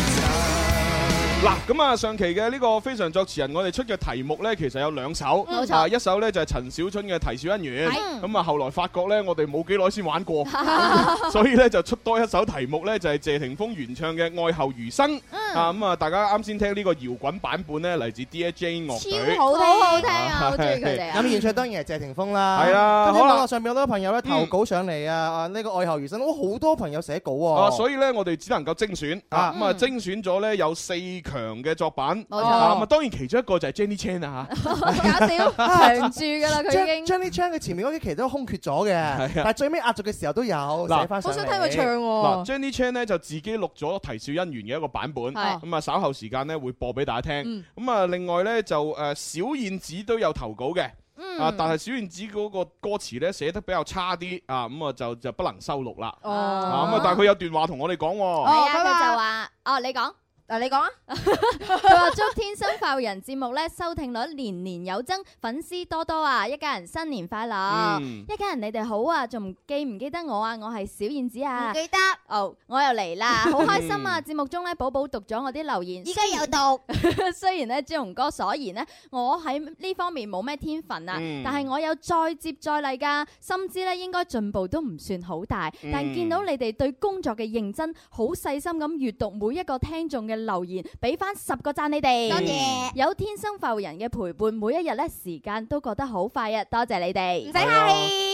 點讚。嗱，咁啊，上期嘅呢個非常作詞人，我哋出嘅題目呢，其實有兩首，冇錯嗯啊，一首呢就係陳小春嘅《啼笑姻緣》，係咁啊，後來發覺呢，我哋冇幾耐先 玩過，所以呢就出多一首題目呢，就係謝霆鋒原唱嘅《愛後餘生》，嗯啊咁啊，大家啱先聽呢個搖滾版本咧，嚟自 Dear Jane 樂隊，超好聽好好聽啊好中意佢哋啊咁現場當然係謝霆鋒啦，係啦跟住好啦嗯網絡上面好多朋友咧投稿上嚟啊，啊呢個愛後餘生，哇好多朋友寫稿喎。啊，所以咧，我哋只能夠精選啊，哦啊咁啊，嗯精選咗咧有四強嘅作品，哦冇錯啊咁啊，當然其中一個就係 Jenny Chan 啊嚇，搞笑長住㗎啦，啊佢已經。將呢張佢前面嗰啲其實都空缺咗嘅，但係最尾壓軸嘅時候都有啊嗱寫翻上嚟。哦嗱，Jenny Chan 咧就自己錄咗《啼笑姻緣》嘅一個版本，係咁啊稍後時間咧會播俾大家聽嗯。咁啊，另外咧就誒小燕子都有投稿嘅。Ừ. 嗯啊！但係小燕子嗰個歌詞咧寫得比較差啲啊，咁啊就就不能收錄啦。哦啊咁啊，但係佢有段話同我哋講係喎。啊，佢就話：哦，你講。嗱，你講啊！ 佢話祝天生快活人節目咧收聽率年年有增，粉絲多多啊！一家人新年快樂，嗯一家人你哋好啊！仲唔記唔記得我啊？我係小燕子啊！唔記得哦，我又嚟啦，好開心啊！節目中咧，寶寶讀咗我啲留言，依家有讀。 雖然咧，朱紅哥所言呢，我喺呢方面冇咩天分啊，嗯但係我有再接再厲噶，深知咧應該進步都唔算好大，嗯但見到你哋對工作嘅認真，好細心咁閱讀每一個聽眾嘅留言，俾翻十個讚你哋。多謝有天生浮人嘅陪伴，每一日咧時間都覺得好快啊！多謝你哋，唔使係啊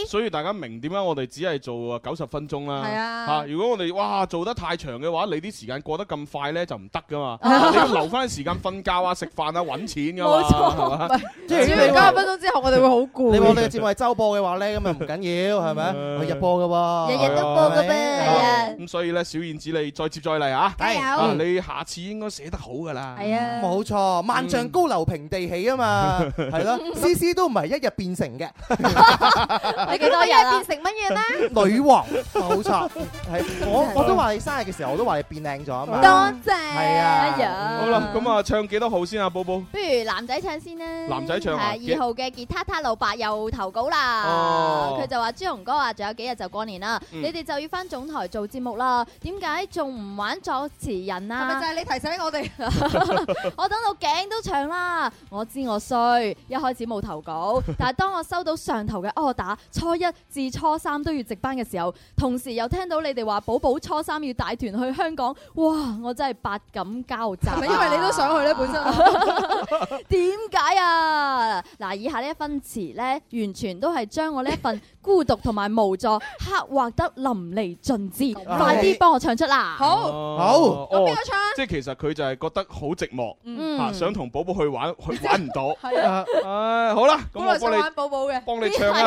所以大家明點解我哋只係做呃九十分鐘啦。係啊嚇如果我哋哇做得太長嘅話，你啲時間過得咁快咧就唔得噶嘛。你要留翻時間瞓覺啊、食飯啊、揾錢噶嘛。冇錯係嘛啊即係九十分鐘之後，我哋會好攰。你話我哋嘅節目係周播嘅話咧，咁啊唔緊要，係咪？佢日播嘅喎，日日都播㗎噃係啊。咁所以咧，小燕子你再接再厲啊！加油啊你下次應該寫得好噶啦。係啊，冇錯，萬丈高樓平地起啊嘛，係咯，C C 都唔係一日變成嘅，你幾多日啊變成乜嘢啦？女王冇錯，係我我都話你生日嘅時候，我都話你變靚咗啊嘛，多謝係哎呀啊，好啦，咁啊，唱幾多號先啊，寶寶？不如男仔唱先啦。男仔唱啊係二號嘅吉他他老伯又投稿啦。哦佢、就話朱紅哥話仲有幾日就過年啦，嗯你哋就要翻總台做節目啦。點解仲唔玩作詞人係咪啊就？係你提醒我哋？我等到頸都長啦！我知我衰，一開始冇投 稿，但係當我收到上頭嘅 order，初一至初三都要值班嘅時候，同時又聽到你哋話寶寶初三要帶團去香港，哇！我真係百感交 集、啊係咪因為你都想去咧本身？點解啊？嗱，以下呢一份詞呢，完全都係將我呢一份孤獨同埋無助刻畫得淋漓盡致。快啲幫我唱出啦！哦好哦咁邊個唱即係其實佢就係覺得好寂寞，嗯啊想同寶寶去玩，去玩唔到。係啊唉，好啦，咁本來我幫想你玩寶寶嘅，幫你唱啦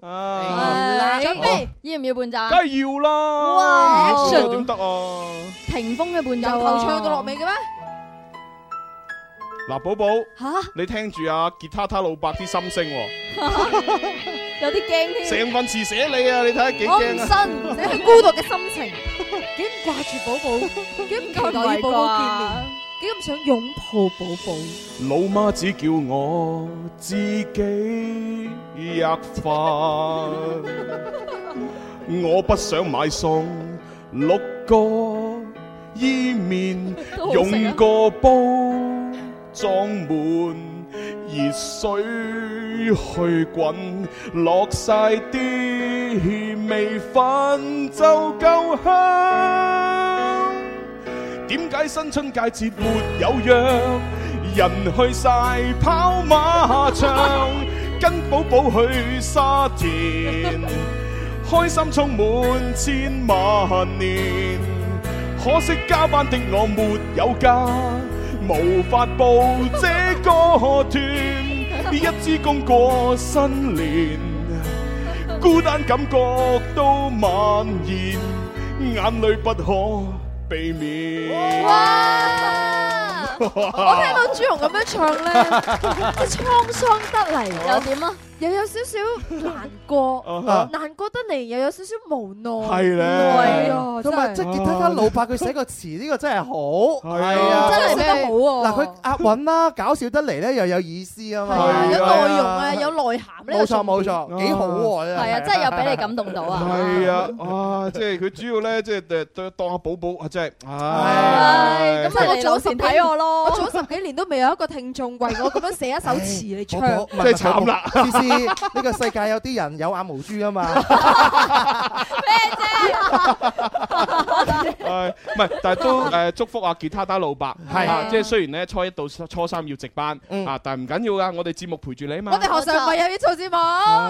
吓。啊，準備要唔要伴奏啊？梗係要啦。哇唔要點得啊？霆鋒嘅伴奏由頭唱到落尾嘅咩？嗱，寶寶，吓你聽住啊，吉他他老伯啲心聲喎，有啲驚添。成份詞寫你啊，你睇下幾我唔驚啊！信你係孤獨嘅心情， 幾咁掛住寶寶， 幾咁期待與寶寶見面，幾咁想擁抱寶寶。老媽只叫我自己吔飯，我不想買餸，六個伊麵都好食啊用個煲裝滿熱水去滾，落晒啲味粉就夠香。點解新春佳節沒有約？人去晒跑馬場，跟寶寶去沙田，開心充滿千萬年。可惜加班的我沒有假，無法報這個團，一支公過新年。孤單感覺都蔓延，眼淚不可避免。 我聽到朱紅咁樣唱咧，即係滄桑得嚟，又點啊？又有少少難過哈，難過得嚟又有少少無奈，係咧係啊，同埋即係吉他家老伯佢寫個詞呢個真係好，係啊，真係寫得好喎嗱，佢押韻啦，搞笑得嚟咧又有意思啊係啊嘛，有內容啊，有內涵呢個冇錯重點冇錯，幾好喎，真係啊，真係有俾你感動到啊！係啊，啊，即係佢主要咧，即係誒當當阿寶寶啊，真係，唉唉，咁啊我早十幾睇我咯，我早十幾年都未有一個聽眾為我咁樣寫一首詞嚟唱，我真係慘 啦思思，呢個世界有啲人有眼 無珠啊嘛，唉，哎係，但係都誒祝福阿吉他打老伯，係啊即係雖然咧初一到初三要值班啊，但係唔緊要噶，我哋節目陪住你啊嘛。我哋學上咪又要做節目，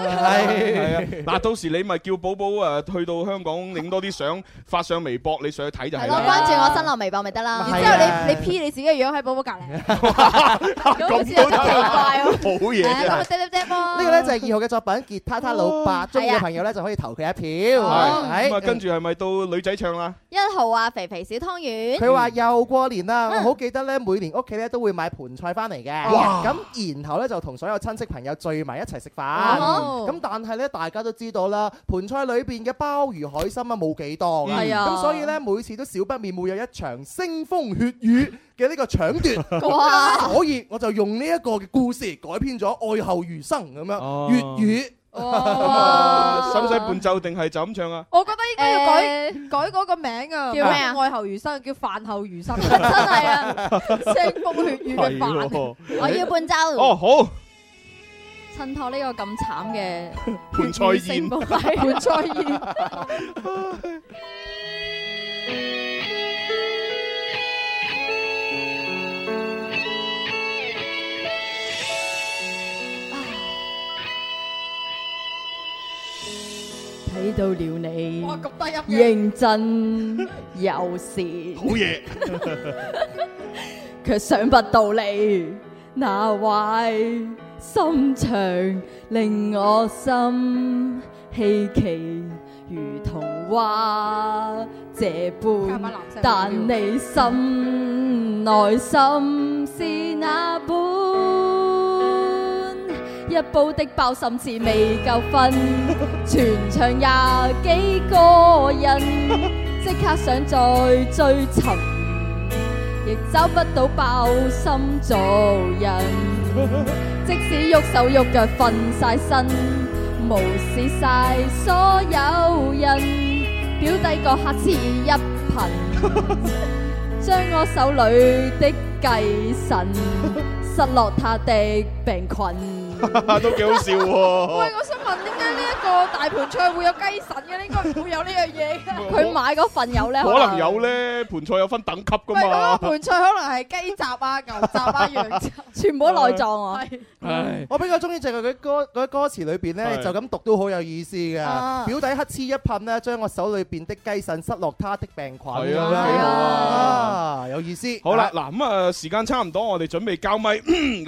係啊，嗱，到時你咪叫寶寶誒去到香港影多啲相，發上微博，你上去睇就係咯，啦。關注我新浪微博咪得啦。然之後你你 P 你自己嘅樣喺寶寶隔離， 咁好似有啲奇怪喎。好嘢誒咁真啊，嗒嗒係嗒呢喎。個咧就係二號嘅作品《吉他他老伯》，中意嘅朋友咧就可以投佢一票。哦係咁啊，係哎跟住係咪到女仔唱啦？一號啊，肥肥小湯圓。佢話又過年嗯啦，我好記得咧，每年屋企咧都會買盤菜翻嚟嘅。哇咁然後咧就同所有親戚朋友聚埋一齊食飯。哦咁但係咧，大家都知道啦，盤菜裏邊嘅鮑魚、海參啊冇幾多嗯㗎。係啊咁所以咧，每次都少不免會有一場腥風血雨嘅呢個搶奪。 哇所以我就用呢一個嘅故事改編咗《愛後餘生》咁樣哦粵語。哦使唔使伴奏定係就咁唱啊？ 我覺得應該要改改嗰個名啊，叫咩啊愛後餘生，叫飯後餘生， 真係啊， 腥風血雨嘅飯。咯我要伴奏。哦，好，襯托呢個咁慘嘅盤菜宴。盤菜宴。睇到了你，哇咁低音認真友善，好 嘢，卻想不到你那壞心腸，令我心稀奇，如童話這般，但你心內心是那般。一煲的爆甚至未夠分，全場廿幾個人，即刻想再追尋，亦找不到爆心做人。即使喐手喐腳瞓晒身，無視晒所有人，表弟個客似一 貧。將我手裏的計神，失落他的病 菌。啊都幾好笑喎喂，！我想問點解呢一個大盤菜會有雞腎嘅咧？應該唔會有呢樣嘢嘅。佢買嗰份有咧，可能有咧，盤菜有分等級噶喂，嗰個嘛。盤菜可能係雞雜啊、牛雜啊、羊雜，全部都內臟啊。唉我比較中意就係佢啲歌嗰啲歌詞裏邊咧，係就咁讀都好有意思嘅啊。表弟乞嗤一噴咧，將我手裏邊的雞腎塞落他的病菌。係啊咁樣幾好啊啊，有意思。好啦，嗱咁啊，時間差唔多，我哋準備交咪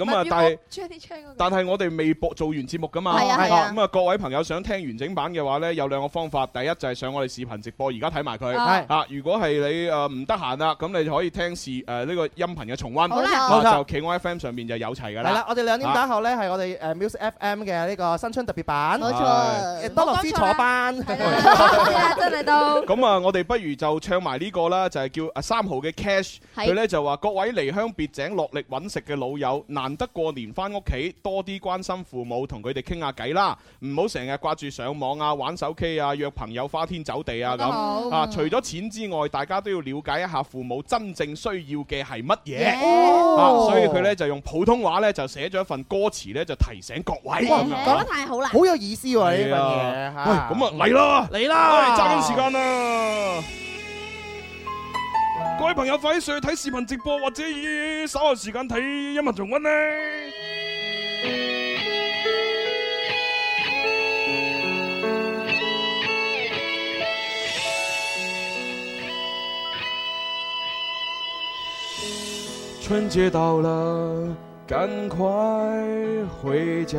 咁啊，但係。 J D 唱嗰個但係我哋未播做完節目噶嘛，係啊係啊咁啊各位朋友想聽完整版嘅話呢，有兩個方法，第一就係上我哋視頻直播，而家睇埋佢，係啊如果係你誒唔得閒啦，咁你就可以聽視誒呢個音頻嘅重温，好啦冇啊錯就企我 FM 上面就有齊㗎啦。係啦，我哋兩點啊打後咧係我哋誒 Music FM 嘅呢個新春特別版，冇錯誒多樂斯坐班，係啊，真係都。咁啊，我哋不如就唱埋呢個啦，就係叫啊三號嘅 Cash，係佢呢就話各位離鄉別井落力揾食嘅老友，難得過年翻屋企，多啲關心父母，同佢哋傾下偈啦，唔好成日掛住上網啊、玩手機啊、約朋友花天酒地啊得好咁啊。除咗錢之外，大家都要了解一下父母真正需要嘅係乜嘢 Yeah 啊，所以佢呢就用普通話呢就寫咗一份歌詞呢，就提醒各位哇咁樣講得太好啦， 好有意思喎係呢啊份嘢嚇。喂咁啊嚟啦嚟啦，喂揸緊時間啦！各位朋友快啲上去睇視頻直播，或者以稍後時間睇音頻重温呢。春节到了，赶快回家，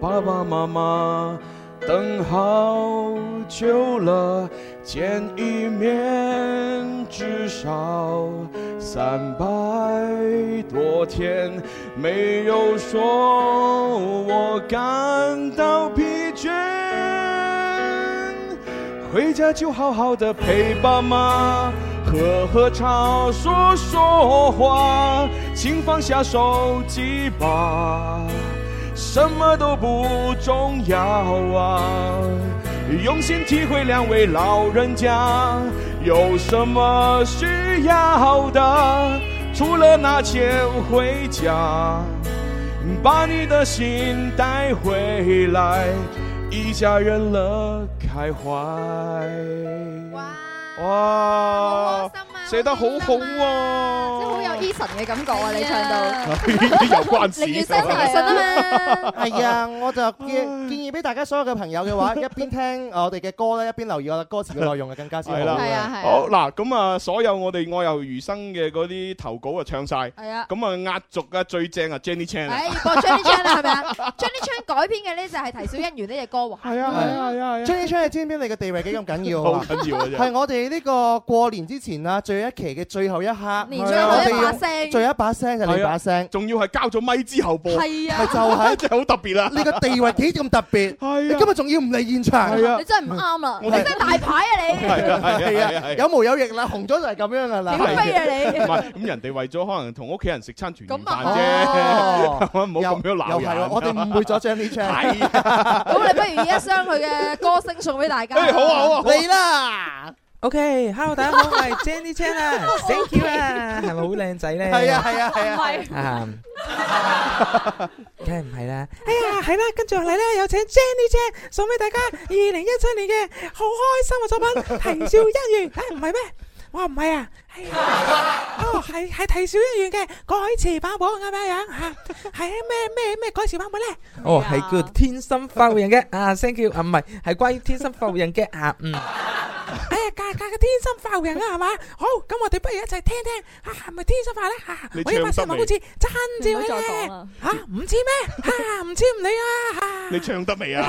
爸爸妈妈等好久了，见一面至少三百多天，没有说我感到疲倦，回家就好好的陪爸妈。喝喝茶，说说话，请放下手机吧。什么都不重要啊，用心体会两位老人家有什么需要的，除了拿钱回家，把你的心带回来。一家人乐开怀。哇！寫得好好啊！好有 Eason 嘅感覺 Dạ. 啊！你唱到 有關事。寧願相信信啊 dạ. 嘛係 啊，我就建建議俾大家所有嘅朋友嘅話，一邊聽我哋嘅歌咧，一邊留意我嘅歌詞嘅內容啊，更加之好。係啦，好嗱，咁啊，所有我哋愛有餘生嘅嗰啲投稿啊，唱晒。係啊咁啊，壓軸啊，最正啊，Jenny Chan 啊。唉，播 Jenny Chan 啦，係咪啊？Jenny Chan 改編嘅呢就係《啼笑姻緣》呢只歌喎。係啊係啊係啊張一張，你知唔知你嘅地位幾咁緊要 啊？好緊要啊真係係我哋呢個過年之前啊，最後一期嘅最後一刻，連我最後一哋把用聲最後一把聲就係你把聲。聲，仲要係交咗咪之後播，係啊咪就係真係好特別啊啦。你個地位幾咁特別？啊你今日仲要唔嚟現場？係啊你真係唔啱啦，你我哋真係大牌啊你！係啊係啊係啊係啊有毛有翼啦，紅咗就係咁樣噶啦。係唔係咁人哋為咗可能同屋企人食餐團圓飯啊哦啫，係 嘛唔好咁樣又鬧係人啊喎。我哋誤會咗張呢張。咁你不如而家將佢嘅歌聲送俾大家。哎好啊好啊好啊嚟啦！ OK，hello，大家好，我係 Jenny Chan 啊，thank you 啊，係咪好靚仔咧？係啊係啊係啊係啊，梗係唔係啦。哎呀，係啦，跟住落嚟咧，有請 Jenny Chan 送俾大家二零一七年嘅好開 心嘅作品《啼笑姻緣》。哎，唔係咩？我唔係啊，係啊哦，係係《啼笑姻緣》嘅改詞版本咁樣樣嚇，係咩咩咩改詞版本咧？哦，係叫天生發育人嘅啊，thank you 啊，唔係係關於天生發育人嘅啊，嗯。哎呀，嫁嫁個天生發育人啊，係嘛？好，咁我哋不如一齊聽聽啊，係咪天生發咧？嚇，你我呢把唱聲得咪未好似真照你唔好再咧講啦嚇，啊唔似咩？ 嚇，唔似唔理啊嚇。你唱得未 啊？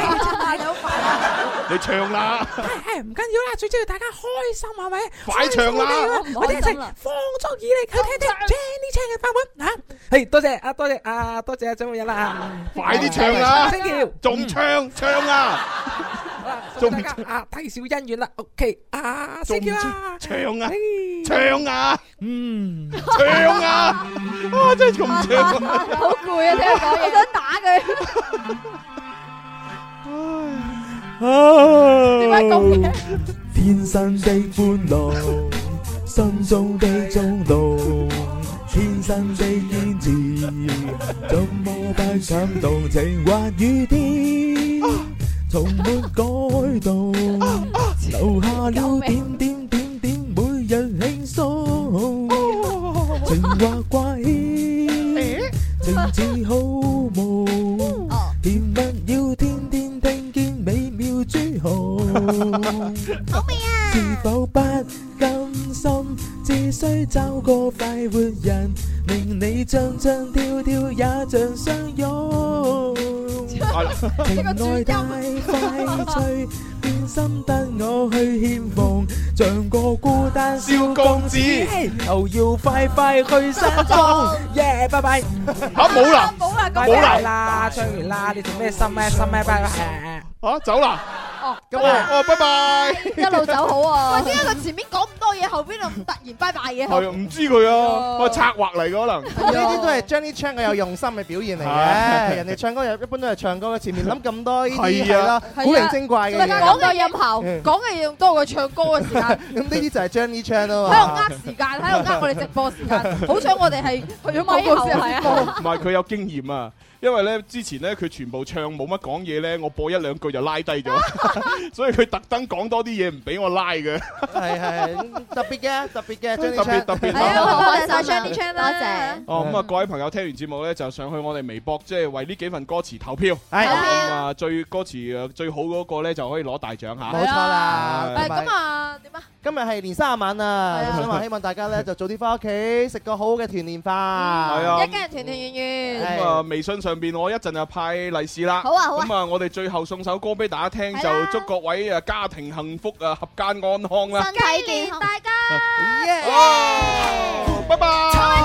你唱 啦，係哎唔緊要啦，最緊要大家開心係咪？快唱啦開心啊我哋我哋一齊放足耳力去聽聽 Jenny Chan 嘅版本嚇。係多謝啊，多謝啊，多謝啊張偉欣啦。快啲唱啦 Thank you，仲唱唱啊！仲大家啊，睇小姻緣啦，OK 啊仲，thank you 啊，唱啊哎唱啊！嗯，唱啊！哇，真係咁唱啊！好攰啊！聽佢講嘢，我想打佢。点解咁嘅？天生的欢乐，心中的中路，天生的坚持，怎么不感动？情或雨天，从没改动，留下了点点点点，每日轻松。情或怪牽，情似好夢，甜蜜要天天聽見美妙朱紅。 好味啊！是否不甘心？只需找個快活人，令你唱唱跳跳也像相 擁。情愛太快脆，變心得我去欠奉，像個孤 單小公子，又要快快去山 莊。耶，拜拜。啊嚇 à? 冇啦冇啦，冇啦啦，唱完啦，你做咩心咩心咩拜拜？嚇啊走啦！哦，咁啊哦拜拜一路走好哦啊！喂，點解佢前面講咁多嘢，後邊就突然拜拜嘅？係啊，唔知佢啊，我策劃嚟嘅可能。呢啲都係 Jenny Chan 佢有用心嘅表現嚟嘅，人哋唱歌一般都係唱歌嘅，前面諗咁多呢啲係係啊啦，古靈精怪嘅大家講嘅嘢。音效，嗯講嘅嘢仲多過唱歌嘅時間，喺咁呢啲就 係 Jenny Chan 啊度嘛。呃時間，喺度呃我哋直播時間。好彩我哋係去咗廣告先係啊！哦唔係佢有經驗啊，因為咧之前咧佢全部唱冇乜講嘢咧，我播一兩句就拉低咗，所以佢特登講多啲嘢唔俾我拉嘅。係係特別嘅，特別嘅 Jenny 嗯特別 Chan。特別係啊好開多謝心啊 Jenny Chan 啦多謝哦，咁啊，各位朋友聽完節目咧，就上去我哋微博，即係為呢幾份歌詞投票。係投票咁啊，最歌詞誒最好嗰個咧就可以攞大獎嚇。冇錯啦，係同埋啊，點啊？今日係年卅晚啊，咁啊希望大家咧就早啲翻屋企食個好嘅團年飯。係啊一家人團團嗯圓圓。咁啊，微信上邊我一陣就派利是啦。好啊好啊咁啊，我哋最後送首歌俾大家聽，就祝各位啊家庭幸福啊，合家安康啦。身體健康，大家。拜拜。